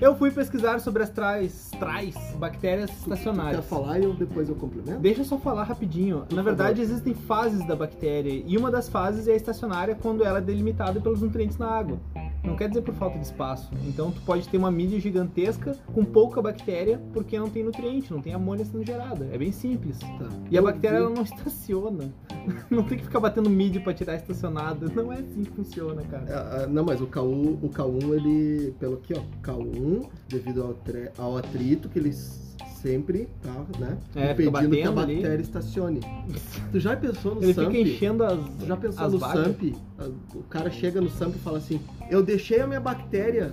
eu fui pesquisar sobre as trais, trais bactérias Quer estacionárias. falar e eu, depois eu complemento? Deixa eu só falar rapidinho. Na verdade, existem fases da bactéria, e uma das fases é a estacionária quando ela é delimitada pelos nutrientes na água. Não quer dizer por falta de espaço. Então, tu pode ter uma mídia gigantesca com pouca bactéria porque não tem nutriente, não tem amônia sendo gerada. É bem simples. Tá. E a Eu bactéria vi- ela não estaciona. Não tem que ficar batendo mídia pra tirar estacionada. Não é assim que funciona, cara. Ah, ah, não, mas o K1, o K1, ele, pelo aqui, ó, K1, devido ao, tre- ao atrito que ele s- sempre tá, né, É, fica impedindo que a batendo ali. bactéria estacione. Tu já pensou no Ele É, SAMP? fica enchendo as. Tu já pensou as no vacas. SAMP? Ah, O cara chega no SAMP e fala assim, eu deixei a minha bactéria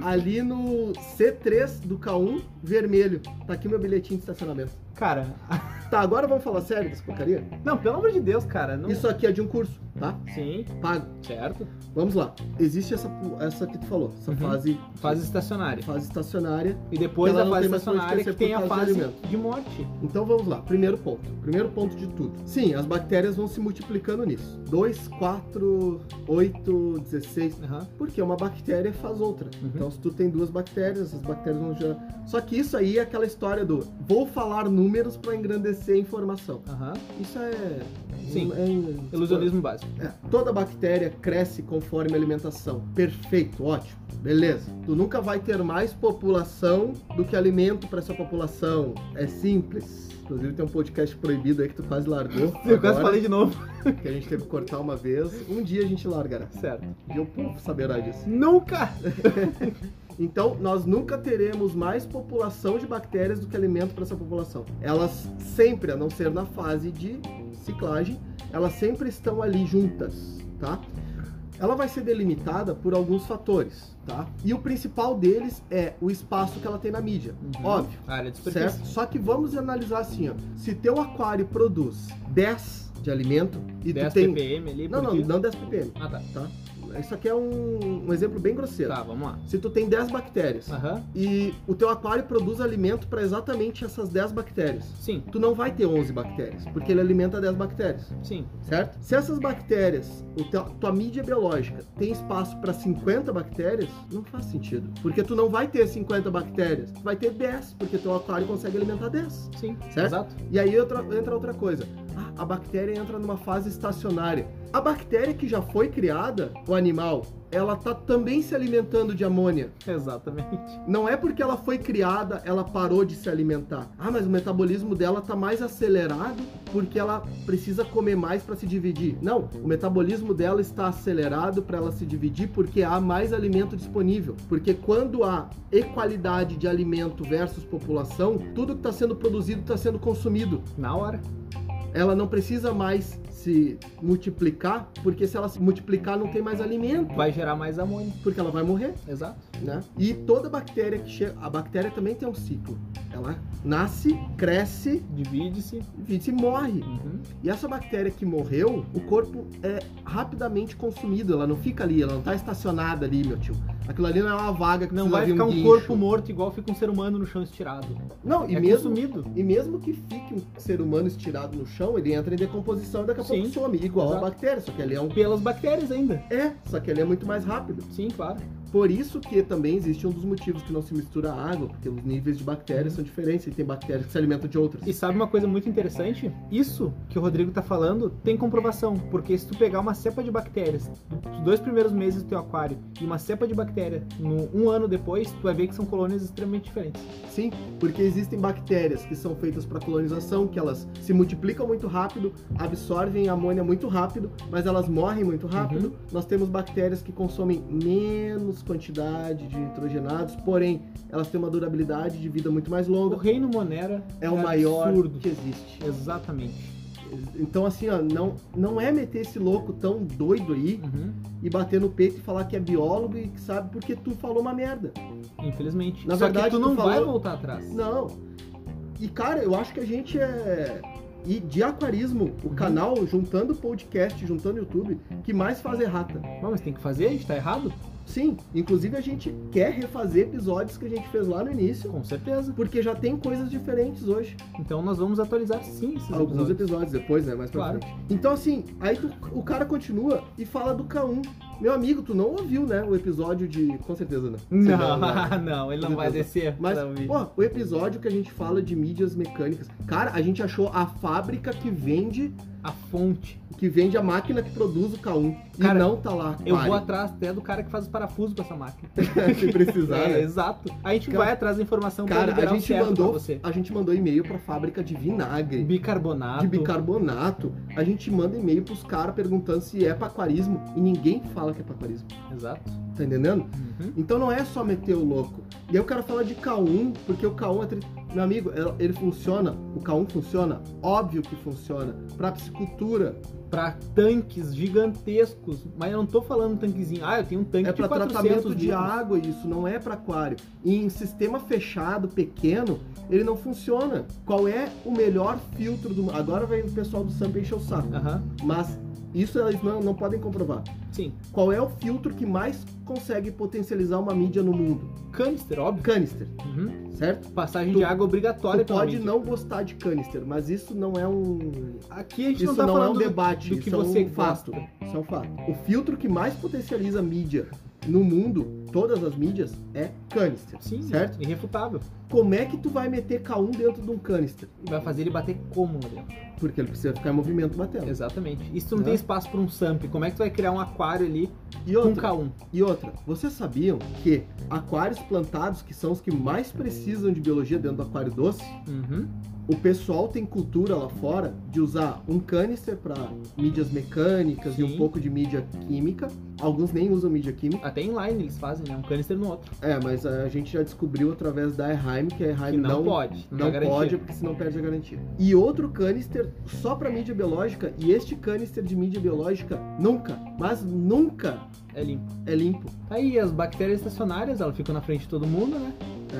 ali no C3 do K1 vermelho, tá aqui meu bilhetinho de estacionamento. Cara, Tá, agora vamos falar sério dessa porcaria? não, pelo amor de Deus, cara. Não... Isso aqui é de um curso. tá? Sim, Pago. certo. Vamos lá. Existe essa, essa que tu falou, essa Uhum. fase, Fase estacionária. fase estacionária. E depois Ela da não fase tem mais estacionária que consequência tem a por causa fase de de morte. Então vamos lá, primeiro ponto. Primeiro ponto de tudo. Sim, as bactérias vão se multiplicando nisso. 2, 4, 8, 16. Aham. Porque uma bactéria faz outra. Uhum. Então se tu tem duas bactérias, essas bactérias vão gerar. Só que isso aí é aquela história do vou falar números para engrandecer a informação. Aham. Isso é. Sim. é- é- Uhum. Ilusionismo básico. é, toda bactéria cresce conforme a alimentação. Perfeito, ótimo. Beleza. Tu nunca vai ter mais população do que alimento para essa população. É simples. Inclusive tem um podcast proibido aí que tu quase largou. Eu quase agora, falei de novo. que a gente teve que cortar uma vez. Um dia a gente largará. Certo. E o povo saberá disso. Nunca! Então, nós nunca teremos mais população de bactérias do que alimento para essa população. Elas sempre, a não ser na fase de ciclagem, elas sempre estão ali juntas, tá? Ela vai ser delimitada por alguns fatores, tá? E o principal deles é o espaço que ela tem na mídia. Uhum. Óbvio, Área de superfície. certo? Só que vamos analisar assim, ó. Se teu aquário produz 10 de alimento e 10 tu tem... ppm ali. Não, por não, dia. não 10 ppm. Ah, tá. Isso aqui é um, um exemplo bem grosseiro. Tá, vamos lá. Se tu tem 10 bactérias, Aham. e o teu aquário produz alimento para exatamente essas 10 bactérias. Sim, Tu não vai ter 11 bactérias, porque ele alimenta 10 bactérias, sim. certo? Se essas bactérias, o teu, tua mídia biológica tem espaço para 50 bactérias, não faz sentido, porque tu não vai ter 50 bactérias, tu vai ter 10, porque teu aquário consegue alimentar 10. Sim, Certo? exato. E aí outra- entra outra coisa. Ah, a bactéria entra numa fase estacionária. A bactéria que já foi criada, o animal, ela tá também se alimentando de amônia. Exatamente. Não é porque ela foi criada, ela parou de se alimentar. Ah, mas o metabolismo dela tá mais acelerado porque ela precisa comer mais para se dividir. Não, o metabolismo dela está acelerado para ela se dividir porque há mais alimento disponível. Porque quando há equalidade de alimento versus população, tudo que está sendo produzido está sendo consumido Na hora. ela não precisa mais se multiplicar, porque se ela se multiplicar não tem mais alimento, Vai gerar mais amônia. porque ela vai morrer, Exato. né? E toda bactéria que chega, a bactéria também tem um ciclo. Ela nasce, cresce, Divide-se. vive e morre. Uhum. E essa bactéria que morreu, o corpo é rapidamente consumido, ela não fica ali, ela não tá estacionada ali, meu tio. Aquilo ali não é uma vaga que Não precisa vai de ficar um guincho. corpo morto igual fica um ser humano no chão estirado. Não, e é mesmo consumido. E mesmo que fique um ser humano estirado no chão, ele entra em decomposição e daqui a pouco Sim. some, igual Exato. a bactéria, só que ele é um. Pelas bactérias ainda. É, só que ele é muito mais rápido. Sim, claro. Por isso que também existe um dos motivos que não se mistura água, porque os níveis de bactérias são diferentes e tem bactérias que se alimentam de outras. E sabe uma coisa muito interessante? Isso que o Rodrigo tá falando tem comprovação, porque se tu pegar uma cepa de bactérias dos dois primeiros meses do teu aquário e uma cepa de bactéria no, um ano depois, tu vai ver que são colônias extremamente diferentes. Sim, porque existem bactérias que são feitas para colonização, que elas se multiplicam muito rápido, absorvem amônia muito rápido, mas elas morrem muito rápido. Nós temos bactérias que consomem menos quantidade de nitrogenados, porém elas têm uma durabilidade de vida muito mais O longa. reino Monera É o maior um absurdo. que existe. Exatamente. Então, assim, ó, não, não é meter esse louco tão doido aí Uhum. e bater no peito e falar que é biólogo e que sabe porque tu falou uma merda. Infelizmente. Na Só verdade, que tu tu não vai falou- voltar atrás. Não. E cara, eu acho que a gente é. E de aquarismo, o Uhum. canal, juntando podcast, juntando YouTube, que mais faz errata. Não, mas tem que fazer, a gente tá errado? Sim, inclusive a gente quer refazer episódios que a gente fez lá no início, Com certeza. porque já tem coisas diferentes hoje. Então nós vamos atualizar sim esses Alguns episódios. episódios depois, né? Mais pra Claro. frente. Então, assim, aí tu- o cara continua e fala do K1. Meu amigo, tu não ouviu, né? O episódio de. Com certeza né? não. Você Não, não, ele não vai Mas- descer Mas, pra ouvir. pô, o episódio que a gente fala de mídias mecânicas. Cara, a gente achou a fábrica que vende A fonte. que vende a máquina que produz o K1. e Cara, não tá lá. Eu pare, vou atrás até do cara que faz o parafuso com essa máquina. se precisar, É, né? exato. A gente Cara- vai atrás da informação pra Cara, a liberar o gente certo pra mandou. você. A gente mandou e-mail pra fábrica de vinagre. Bicarbonato. De bicarbonato, a gente manda e-mail pros caras perguntando se é paquarismo e ninguém fala que é paquarismo. Exato. Tá entendendo? Uhum. Então não é só meter o louco. E aí o cara fala de K1, porque o K1 é. Tri... Meu amigo, ele- ele funciona, o K1 funciona? Óbvio que funciona. Pra piscicultura, Pra tanques gigantescos. Mas eu não tô falando tanquezinho. Ah, eu tenho um tanque é de pra 400 tratamento de litros. água isso, não é pra aquário. E em sistema fechado, pequeno, ele não funciona. Qual é o melhor filtro do. Agora vai o pessoal do Sampa encher o saco. Aham. Mas Isso elas não, não podem comprovar. Sim. Qual é o filtro que mais consegue potencializar uma mídia no mundo? Canister, óbvio. Canister, Uhum. certo? Passagem Tu- de água obrigatória Tu pela pode mídia. não gostar de canister, mas isso não é um. Aqui a gente Isso não tá não é falando um do- debate, do que isso é um você fato. gosta. Isso é um fato. O filtro que mais potencializa a mídia no mundo, todas as mídias, é canister. Sim, né? Certo? irrefutável. Como é que tu vai meter K1 dentro de um canister? E vai fazer ele bater como, Adriano? Porque ele precisa ficar em movimento uma tela. Exatamente. E se tu não Né? tem espaço pra um SAMP, como é que tu vai criar um aquário ali E com outra, K1? e outra, vocês sabiam que aquários plantados, que são os que mais precisam de biologia dentro do aquário doce, Uhum. o pessoal tem cultura lá fora de usar um canister para mídias mecânicas e Sim. um pouco de mídia química. Alguns nem usam mídia química. Até inline eles fazem, né? Um canister no outro. É, mas a gente já descobriu através da Eheim que a Eheim que não, não, pode. Não, não tá garantido. pode, porque senão perde a garantia. E outro canister só pra mídia biológica, e este canister de mídia biológica nunca, mas nunca É limpo. é limpo. Tá Aí as bactérias estacionárias, elas ficam na frente de todo mundo, né?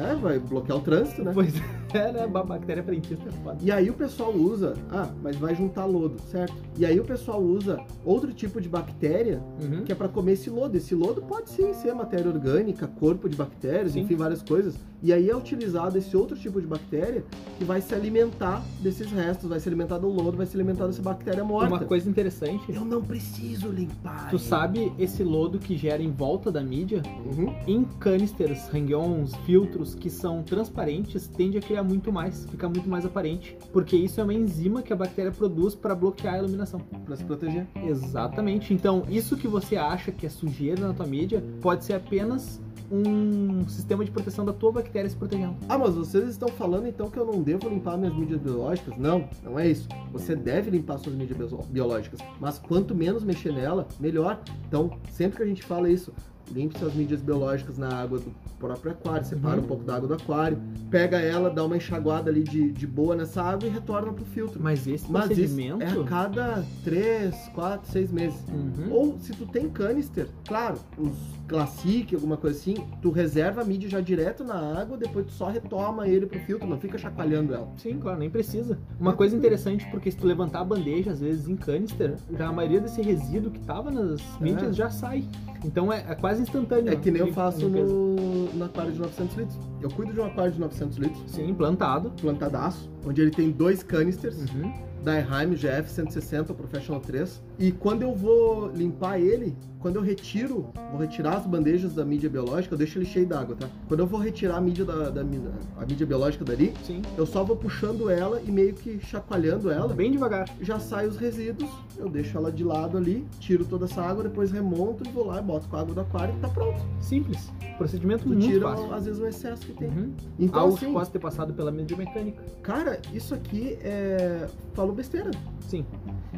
É, vai bloquear o trânsito, né? Pois é, né? Ba- Bactéria frentista é foda. E aí o pessoal usa, ah, mas vai juntar lodo, certo? E aí o pessoal usa outro tipo de bactéria Uhum. que é pra comer esse lodo. Esse lodo pode sim ser matéria orgânica, corpo de bactérias, Sim. enfim, várias coisas. E aí é utilizado esse outro tipo de bactéria que vai se alimentar desses restos, vai se alimentar do lodo, vai se alimentar dessa bactéria morta. Uma coisa interessante, Eu não preciso limpar. tu sabe esse lodo que gera em volta da mídia? Uhum. Em canisters, hang-ons, filtros que são transparentes, tende a criar muito mais, fica muito mais aparente, porque isso é uma enzima que a bactéria produz para bloquear a iluminação. Pra se proteger. Exatamente. Então, isso que você acha que é sujeira na tua mídia pode ser apenas um sistema de proteção da tua bactéria se protegendo. Ah, mas vocês estão falando então que eu não devo limpar minhas mídias biológicas? Não, não é isso. Você deve limpar suas mídias bio- biológicas, mas quanto menos mexer nela, melhor. Então, sempre que a gente fala isso, limpe suas mídias biológicas na água do próprio aquário, separa Uhum. um pouco da água do aquário, pega ela, dá uma enxaguada ali de, de boa nessa água e retorna pro filtro. Mas esse Mas isso procedimento. é a cada 3, 4, 6 meses. Uhum. Ou se tu tem canister, claro, os Classic, alguma coisa assim, tu reserva a mídia já direto na água, depois tu só retoma ele pro filtro, não fica chacoalhando ela. Sim, claro, nem precisa. Uma coisa interessante, porque se tu levantar a bandeja, às vezes em canister, já a maioria desse resíduo que tava nas mídias já sai. Então é, é quase instantâneo. É que nem eu Lim- faço limpeza. no, no aquário de 900 litros. Eu cuido de um aquário de 900 litros, Sim, plantado. plantadaço, onde ele tem dois canisters, Uhum. da Eheim GF 160 Professional 3. E quando eu vou limpar ele, quando eu retiro, vou retirar as bandejas da mídia biológica, eu deixo ele cheio d'água, tá? Quando eu vou retirar a mídia, da, da mi- a mídia biológica dali, Sim. Eu só vou puxando ela e meio que chacoalhando ela. Bem devagar. Já sai os resíduos, eu deixo ela de lado ali, tiro toda essa água, depois remonto e vou lá e boto com a água do aquário e tá pronto. Simples. Procedimento Tu Uhum. muito tira, fácil. às vezes, o excesso que tem. Uhum. Então, Algo assim, que possa ter passado pela mídia mecânica. cara, isso aqui é. falou besteira. Sim,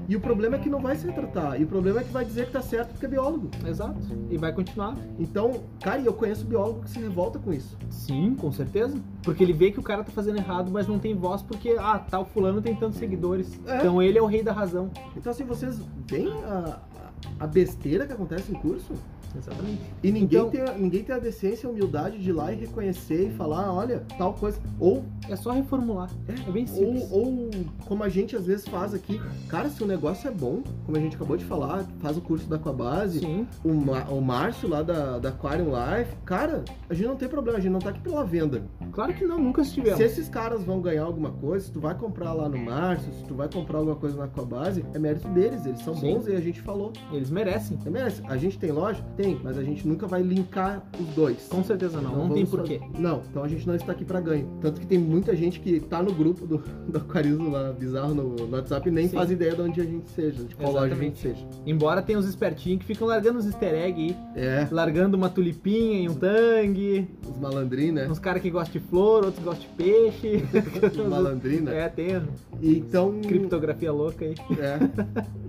E o problema é que não vai se retratar. E o problema é que vai dizer que tá certo porque é biólogo. exato. E vai continuar. Então, cara, e eu conheço biólogo que se revolta com isso. Sim, com certeza. Porque ele vê que o cara tá fazendo errado, mas não tem voz porque, ah, tal fulano tem tantos seguidores. É. Então ele é o rei da razão. Então, assim, vocês veem a, a besteira que acontece em curso? Exatamente. E ninguém, Então- tem, a- ninguém tem a decência e a humildade de ir lá e reconhecer e falar, olha, tal coisa. Ou, É só reformular. É bem simples. ou, ou como a gente às vezes faz aqui, cara, se o negócio é bom, como a gente acabou de falar, faz o curso da Aquabase, Sim, o, Ma- o Márcio lá da, da Aquarium Life, cara, a gente não tem problema, a gente não tá aqui pela venda. claro que não, nunca estivemos. Se esses caras vão ganhar alguma coisa, se tu vai comprar lá no Márcio, se tu vai comprar alguma coisa na Aquabase, é mérito deles, eles são Sim. bons e a gente falou. Eles merecem. É mérito. A gente tem loja? Tem, mas a gente nunca vai linkar os dois. Com certeza não, não, vamos tem fazer- porquê. Não, então a gente não está aqui para ganho. Tanto que tem muita gente que tá no grupo do, do Aquarismo lá, bizarro, no, no WhatsApp, e nem Sim. faz ideia de onde a gente seja, de qual loja a gente seja. Embora tenha os espertinhos que ficam largando os easter egg aí, É, largando uma tulipinha e um tangue, os malandrinhos, né? uns caras que gostam de flor, outros gostam de peixe. Os malandrinhos, né? é, tem E Então. criptografia louca aí. É.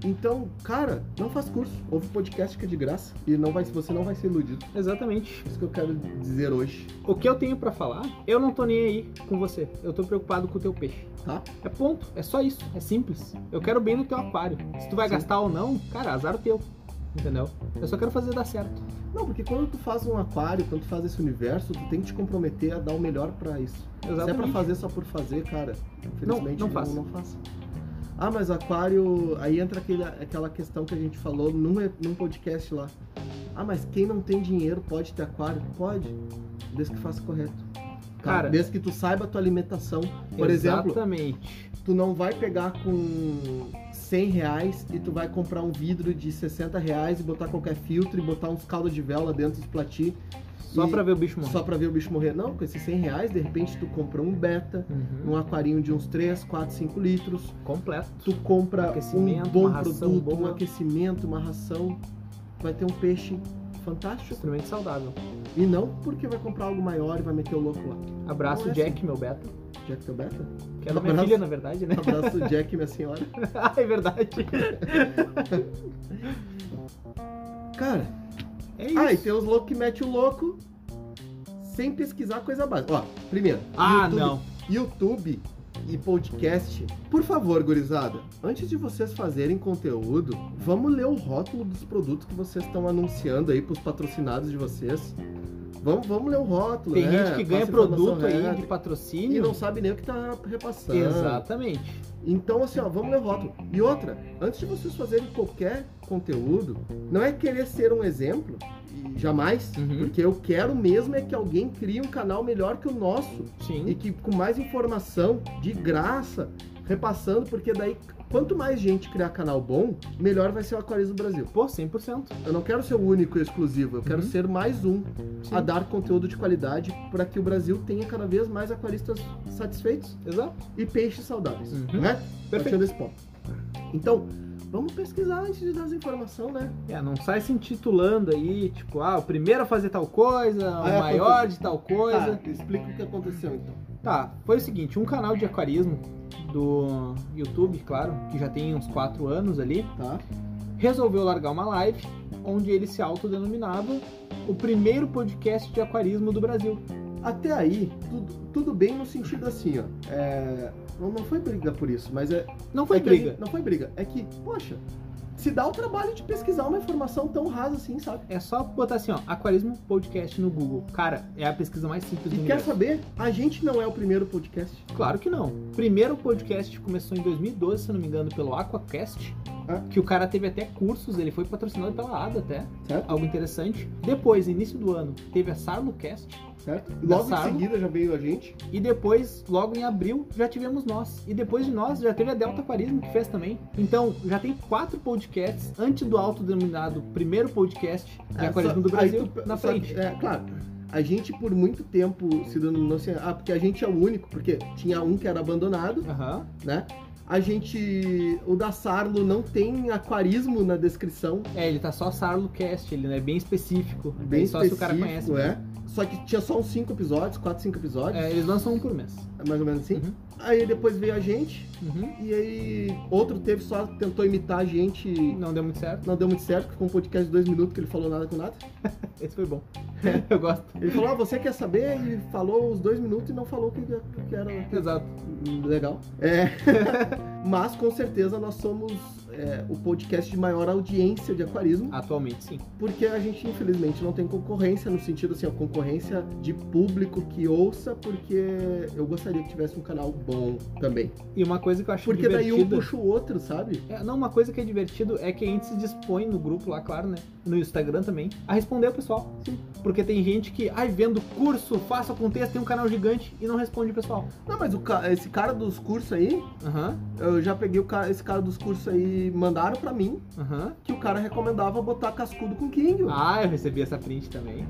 Então, cara, não faz curso. Ouve o podcast que é de graça. E não vai, você não vai ser iludido. Exatamente. Isso que eu quero dizer hoje, O que eu tenho pra falar, eu não tô nem aí com você. Eu tô preocupado com o teu peixe. tá? É ponto, é só isso, é simples. Eu quero bem no teu aquário. Se tu vai Sim. gastar ou não, cara, azar o teu. Entendeu? Eu só quero fazer dar certo. Não, porque quando tu faz um aquário, quando tu faz esse universo, tu tem que te comprometer a dar o melhor para isso. Se é pra Exatamente. fazer só por fazer, cara, infelizmente não faça. não faça. Ah, mas aquário. Aí entra aquele, aquela questão que a gente falou num, e- num podcast lá. Ah, mas quem não tem dinheiro pode ter aquário? Pode. Desde que faça correto. Cara- desde que tu saiba a tua alimentação. Por exemplo, Exatamente. tu não vai pegar com 100 reais e tu vai comprar um vidro de 60 reais e botar qualquer filtro e botar uns caldos de vela dentro dos platis Só E- pra ver o bicho morrer. só pra ver o bicho morrer. Não, com esses 100 reais, de repente tu compra um beta, Uhum. um aquarinho de uns 3, 4, 5 litros Completo. tu compra um Aquecimento, bom uma ração produto, um boa. aquecimento, uma ração, tu vai ter um peixe fantástico. Extremamente saudável. E não porque vai comprar algo maior e vai meter o louco lá. Abraço, Não é Jack, meu beta. Jack teu beta? Que é da minha Abraço. filha, na verdade, né? Abraço, Jack, minha senhora. ah, é verdade. Cara, É isso. ah, e tem uns loucos que metem o louco sem pesquisar coisa básica. Ó, primeiro, ah, YouTube, não. YouTube e podcast. Por favor, gurizada, antes de vocês fazerem conteúdo, vamos ler o rótulo dos produtos que vocês estão anunciando aí pros patrocinados de vocês. Vamos, vamos ler o rótulo, Tem né? gente que ganha Passa informação produto aí reta de E patrocínio. não sabe nem o que tá repassando. Exatamente. Então, assim, ó, vamos ler o rótulo. E outra, antes de vocês fazerem qualquer conteúdo, não é querer ser um exemplo, e jamais, Uhum. porque eu quero mesmo é que alguém crie um canal melhor que o nosso e Sim. que com mais informação, de graça, repassando, porque daí quanto mais gente criar canal bom, melhor vai ser o Aquarismo Brasil. Pô, 100%. Eu não quero ser o único e exclusivo, eu quero Uhum. ser mais um Sim. a dar conteúdo de qualidade para que o Brasil tenha cada vez mais aquaristas satisfeitos Exato. e peixes saudáveis, Uhum. né? Perfeito. Partindo desse ponto. Então, vamos pesquisar antes de dar as informações, né? É, não sai se intitulando aí, tipo, ah, o primeiro a fazer tal coisa, Ah, é, o maior de tal coisa. Tá, explica o que aconteceu então. Tá, foi o seguinte, um canal de aquarismo do YouTube, claro, que já tem uns 4 anos ali, Tá? resolveu largar uma live onde ele se autodenominava o primeiro podcast de aquarismo do Brasil. Até aí, tudo, tudo bem no sentido assim, ó. É, não, não foi briga por isso, mas é. Não foi é que a gente- briga, Não foi briga. É que, poxa, se dá o trabalho de pesquisar uma informação tão rasa assim, sabe? é só botar assim, ó, aquarismo podcast no Google. Cara, é a pesquisa mais simples do E mundo. quer saber? A gente não é o primeiro podcast. Claro que não. Primeiro podcast começou em 2012, se eu não me engano, pelo Aquacast. Ah. Que o cara teve até cursos, ele foi patrocinado pela ADA até, Certo? algo interessante. Depois, início do ano, teve a Sarlocast, Certo? Logo em Sarmo. seguida já veio a gente. E depois, logo em abril, já tivemos nós. E depois de nós, já teve a Delta Aquarismo que fez também. Então, já tem quatro podcasts antes do autodenominado primeiro podcast de É, só- aquarismo do Brasil aí tu- na só- frente. É, claro. A gente, por muito tempo, se denominou assim, ah, porque a gente é o único, porque tinha um que era abandonado, Aham. né? A gente. O da Sarlo não tem aquarismo na descrição. É, ele tá só Sarlocast, ele é bem específico. Bem é só se o cara conhece. né? específico, é. Só que tinha só uns cinco episódios, quatro, cinco episódios, É, eles lançam um por mês. mais ou menos assim. Uhum. Aí depois veio a gente, Uhum. e aí outro teve só, tentou imitar a gente, Não deu muito certo. não deu muito certo, ficou um podcast de dois minutos que ele falou nada com nada. Esse foi bom. Eu gosto. Ele falou, ah, você quer saber? E falou os dois minutos e não falou o que, que era. Exato. Legal. É. Mas com certeza nós somos é, o podcast de maior audiência de aquarismo, Atualmente, sim. porque a gente infelizmente não tem concorrência, no sentido assim, ó, concorrência de público que ouça, porque eu gostaria que tivesse um canal bom também. E uma coisa que eu acho Porque daí divertida... um puxa o outro, sabe? É, não, uma coisa que é divertido é que a gente se dispõe no grupo lá, claro, né? No Instagram também, a responder o pessoal. Sim. Porque tem gente que, ai, vendo curso, faça aconteça, tem um canal gigante e não responde o pessoal. Não, mas o ca- esse cara dos cursos aí, Aham, eu já peguei o cara, esse cara dos cursos aí, mandaram pra mim aham. que o cara recomendava botar cascudo com King. Ah, eu recebi essa print também.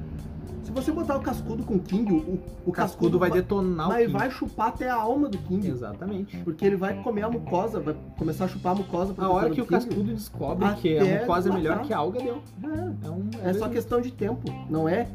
Se você botar o cascudo com King, o, o O cascudo vai detonar o Mas King. vai chupar até a alma do King. Exatamente. Porque ele vai comer a mucosa, vai começar a chupar a mucosa pra A hora que botar o no King. cascudo descobre Até que a mucosa é matar. melhor que a alga, deu. É, um, É, é só verdade. questão de tempo, não é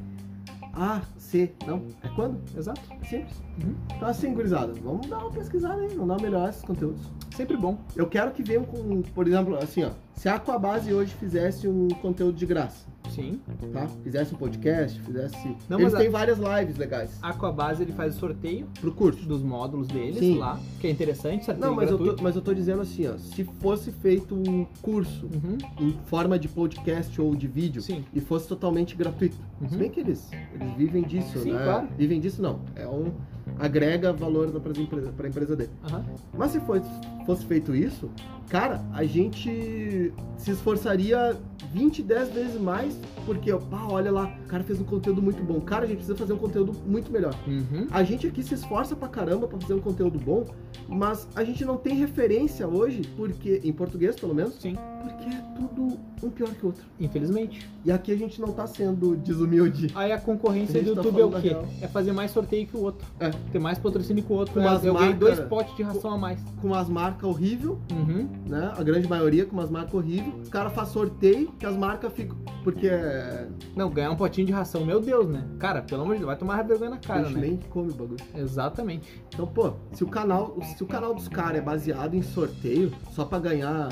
A, C, não. É quando? Exato. É simples. Uhum. Então assim, gurizada, vamos dar uma pesquisada aí, vamos dar uma melhor esses conteúdos. Sempre bom. Eu quero que venham com, por exemplo, assim, ó. Se a Aquabase hoje fizesse um conteúdo de graça, Sim. tá? Fizesse um podcast, fizesse. Não, Eles mas a- Ah, têm várias lives legais A Aquabase, ele faz o sorteio pro curso. dos módulos deles Sim. lá, que é interessante, sabe? Não, mas eu, gratuito. tô, mas eu tô dizendo assim, ó. Se fosse feito um curso Uhum. em forma de podcast ou de vídeo Sim. e fosse totalmente gratuito. Uhum. Se bem que eles, eles vivem disso, Sim, né? claro. Vivem disso não. É um agrega valor para a empresa, pra empresa dele. Aham. Mas se fosse, fosse feito isso, cara, a gente se esforçaria 20, 10 vezes mais, porque, pá, olha lá, o cara fez um conteúdo muito bom. Cara, a gente precisa fazer um conteúdo muito melhor. Uhum. A gente aqui se esforça pra caramba pra fazer um conteúdo bom, mas a gente não tem referência hoje, porque, em português pelo menos, Sim. porque é tudo um pior que o outro. Infelizmente. E aqui a gente não tá sendo desumilde. Aí a A concorrência do gente tá YouTube é o falando quê? da real. É fazer mais sorteio que o outro. É. Ter mais patrocínio que o outro. Com é, as eu ganhei dois marcas- potes de ração a mais. Com as marcas horrível, Uhum. né? A grande maioria com umas marcas horrível. Os caras fazem sorteio que as marcas ficam. Porque é. Não, ganhar um potinho de ração, meu Deus, né? Cara, pelo amor de Deus, vai tomar vergonha na a cara, gente né? nem come o bagulho. Exatamente. Então, pô, se o canal, se o canal dos caras é baseado em sorteio, só pra ganhar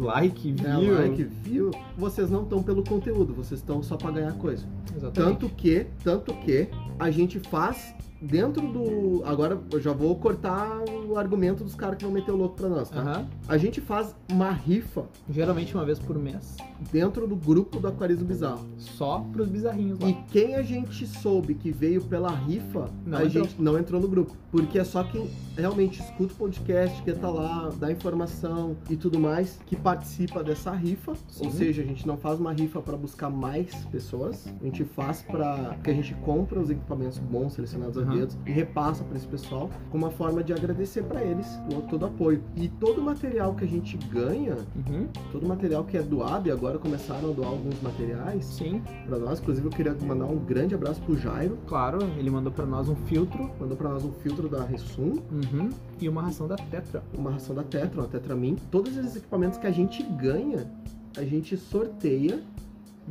like, view. né, like, view, vocês não estão pelo conteúdo, vocês estão só pra ganhar coisa. Exatamente. Tanto que, tanto que a gente faz dentro do. Agora eu já vou cortar o argumento dos caras que vão meter o louco pra nós, tá? Aham. A gente faz uma rifa Geralmente uma vez por mês. dentro do grupo do Aquarismo Bizarro. Só pros bizarrinhos lá. E quem a gente soube que veio pela rifa, Não a entrou. gente não entrou no grupo. Porque é só quem realmente escuta o podcast, que tá lá, dá informação e tudo mais, que participa dessa rifa. Sim. Ou seja, a gente não faz uma rifa pra buscar mais pessoas. A gente faz pra que a gente compra os equipamentos bons selecionados a Aham. dedo e repassa pra esse pessoal como uma forma de agradecer pra eles o- todo o apoio. E todo o material que a gente ganha, Uhum. todo o material que é doado, e agora começaram a doar alguns materiais Sim, pra nós. Inclusive, eu queria mandar um grande abraço pro Jairo, claro. Ele mandou pra nós um filtro mandou pra nós um filtro da Ressum, uhum. e uma ração da Tetra. uma ração da Tetra, uma Tetramin. Todos esses equipamentos que a gente ganha, a gente sorteia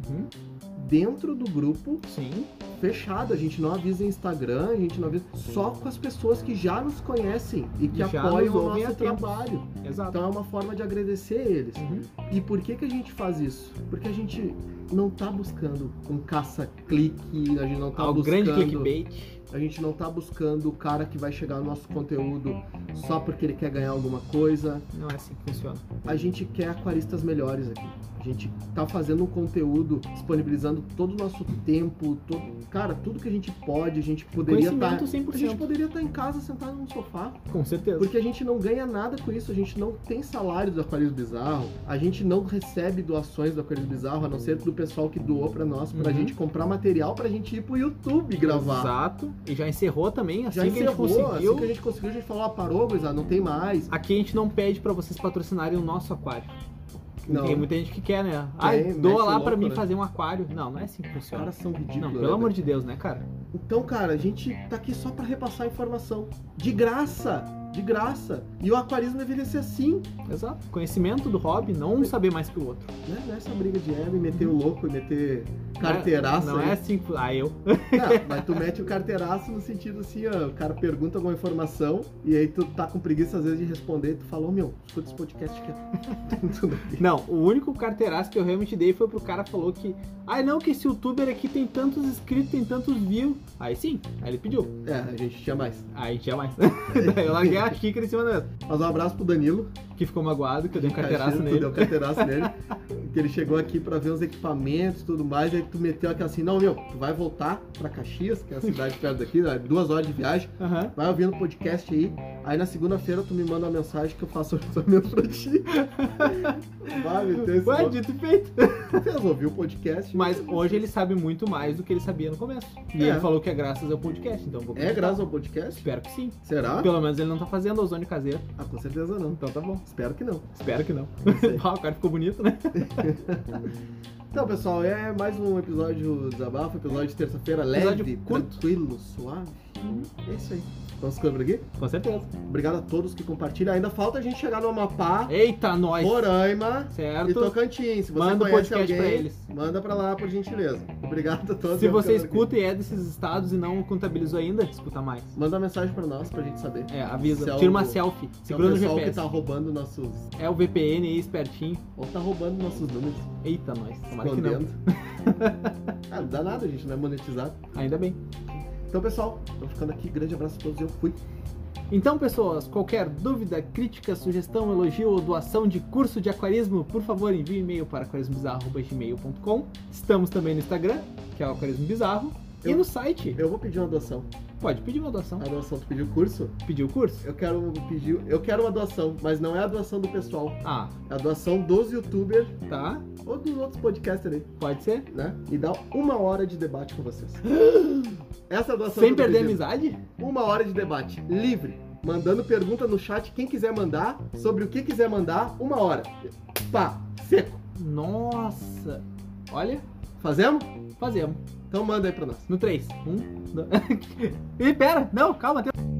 Uhum. dentro do grupo Sim. fechado. A gente não avisa em Instagram, a gente não avisa só com as pessoas que já nos conhecem e que Já nos apoiam o ouvem há nosso tempo. trabalho. Exato. Então é uma forma de agradecer eles. Uhum. E por que, que a gente faz isso? Porque a gente não tá buscando um caça-clique, a gente não tá Ao buscando... Ah, um grande clickbait. A gente não tá buscando o cara que vai chegar no nosso conteúdo só porque ele quer ganhar alguma coisa. Não é assim que funciona. A gente quer aquaristas melhores aqui. A gente tá fazendo um conteúdo, disponibilizando todo o nosso tempo, todo, cara, tudo que a gente pode, a gente poderia estar. Conhecimento A gente 100%. poderia estar em casa sentado num sofá, Com certeza. porque a gente não ganha nada com isso, a gente não tem salário do Aquarismo Bizarro, a gente não recebe doações do Aquarismo Bizarro, a não ser do pessoal que doou pra nós, pra Uhum. gente comprar material pra gente ir pro YouTube gravar. Exato. E já encerrou também, assim Já que encerrou, a gente conseguiu. assim que a gente conseguiu, a gente falou, ah, parou, gurizada, não tem mais. Aqui a gente não pede pra vocês patrocinarem o nosso aquário. Não, Tem muita gente que quer, né? Ai, mete doa o lá louco, pra mim né? fazer um aquário. Não, não é assim que os funciona. caras são ridículos. Não, né, pelo amor velho? de Deus, né, cara? Então, cara, a gente tá aqui só pra repassar a informação. De graça! De graça! E o aquarismo deveria ser assim, Exato. Conhecimento do hobby, não um saber mais que o outro. né? Não é essa briga de ego e meter o louco e meter carteiraço. Não aí. é assim. que- Ah, eu. Não, mas tu mete o carteiraço no sentido assim, ó, o cara pergunta alguma informação e aí tu tá com preguiça às vezes de responder e tu fala, ô meu, escuta esse podcast que é... Não, o único carteiraço que eu realmente dei foi pro cara que falou que. Ai, não, que esse youtuber aqui tem tantos inscritos, tem tantos views. Aí sim, aí ele pediu. É, a gente tinha mais. Aí jamais. Daí eu larguei a xícara em cima dela. Mas um abraço pro Danilo. Que ficou magoado, que eu dei um Caxias, carteiraço tu nele. Deu carteiraço nele. que ele chegou aqui pra ver os equipamentos e tudo mais. Aí tu meteu aquela assim: não, meu, tu vai voltar pra Caxias, que é a cidade perto daqui, né, duas horas de viagem. Aham. Vai ouvindo o podcast aí. Aí na segunda-feira tu me manda uma mensagem que eu faço o orçamento pra ti. Vai, meteu esse. Ué, gol. dito e feito. Fez ouvir o podcast. Mas hoje ele sabe muito mais do que ele sabia no começo. E É. ele falou que é graças ao podcast, então vou É graças ao Ah. podcast? Espero que sim. Será? Pelo menos ele não tá fazendo ozônio caseiro. Ah, com certeza não. Então tá bom. Espero que não. Espero que não. Não sei. Ah, o cara ficou bonito, né? Então, pessoal, é mais um episódio desabafo, episódio de terça-feira, leve, Episódio curto. tranquilo, suave. É isso aí. Vamos ficando por aqui? Com certeza. Obrigado a todos que compartilham. Ainda falta a gente chegar no Amapá, Eita, nós. Roraima e Certo? Tocantins. Se Então, você Manda o conhece podcast alguém, pra eles. manda pra lá, por gentileza. Obrigado a todos. Se Eu você quero- escuta e é desses estados e não contabilizou ainda, escuta mais. Manda uma mensagem pra nós, pra gente saber. É, avisa. Se é Tira o- uma selfie. Se é o Segura no pessoal que GPS. tá roubando nossos... É o VPN aí, espertinho. Ou tá roubando nossos números, Eita, nós. Tomara que não. escondendo. ah, não dá nada, gente. Não é monetizado. Ainda bem. Então, pessoal, tô ficando aqui. Grande abraço a todos. Eu fui. Então, pessoas, qualquer dúvida, crítica, sugestão, elogio ou doação de curso de aquarismo, por favor, envie um e-mail para aquarismobizarro.gmail.com. Estamos também no Instagram, que é o Aquarismo Bizarro. E no site, Eu vou pedir uma doação. pode pedir uma doação. A doação, tu pediu curso? Pedir o curso? Eu quero pedir. Eu quero uma doação, mas não é a doação do pessoal. Ah, É a doação dos youtubers tá. ou dos outros podcasters aí, Pode ser. né? E dá uma hora de debate com vocês. Essa é a doação que Sem eu tô perder a pedindo. amizade? Uma hora de debate, livre. Mandando pergunta no chat, quem quiser mandar, sobre o que quiser mandar, uma hora. Pá, seco. Nossa. Olha, Fazemos? fazemos. Então manda aí pra nós. No 3. 1, 2. Ih, Um, pera! Não, calma, tem.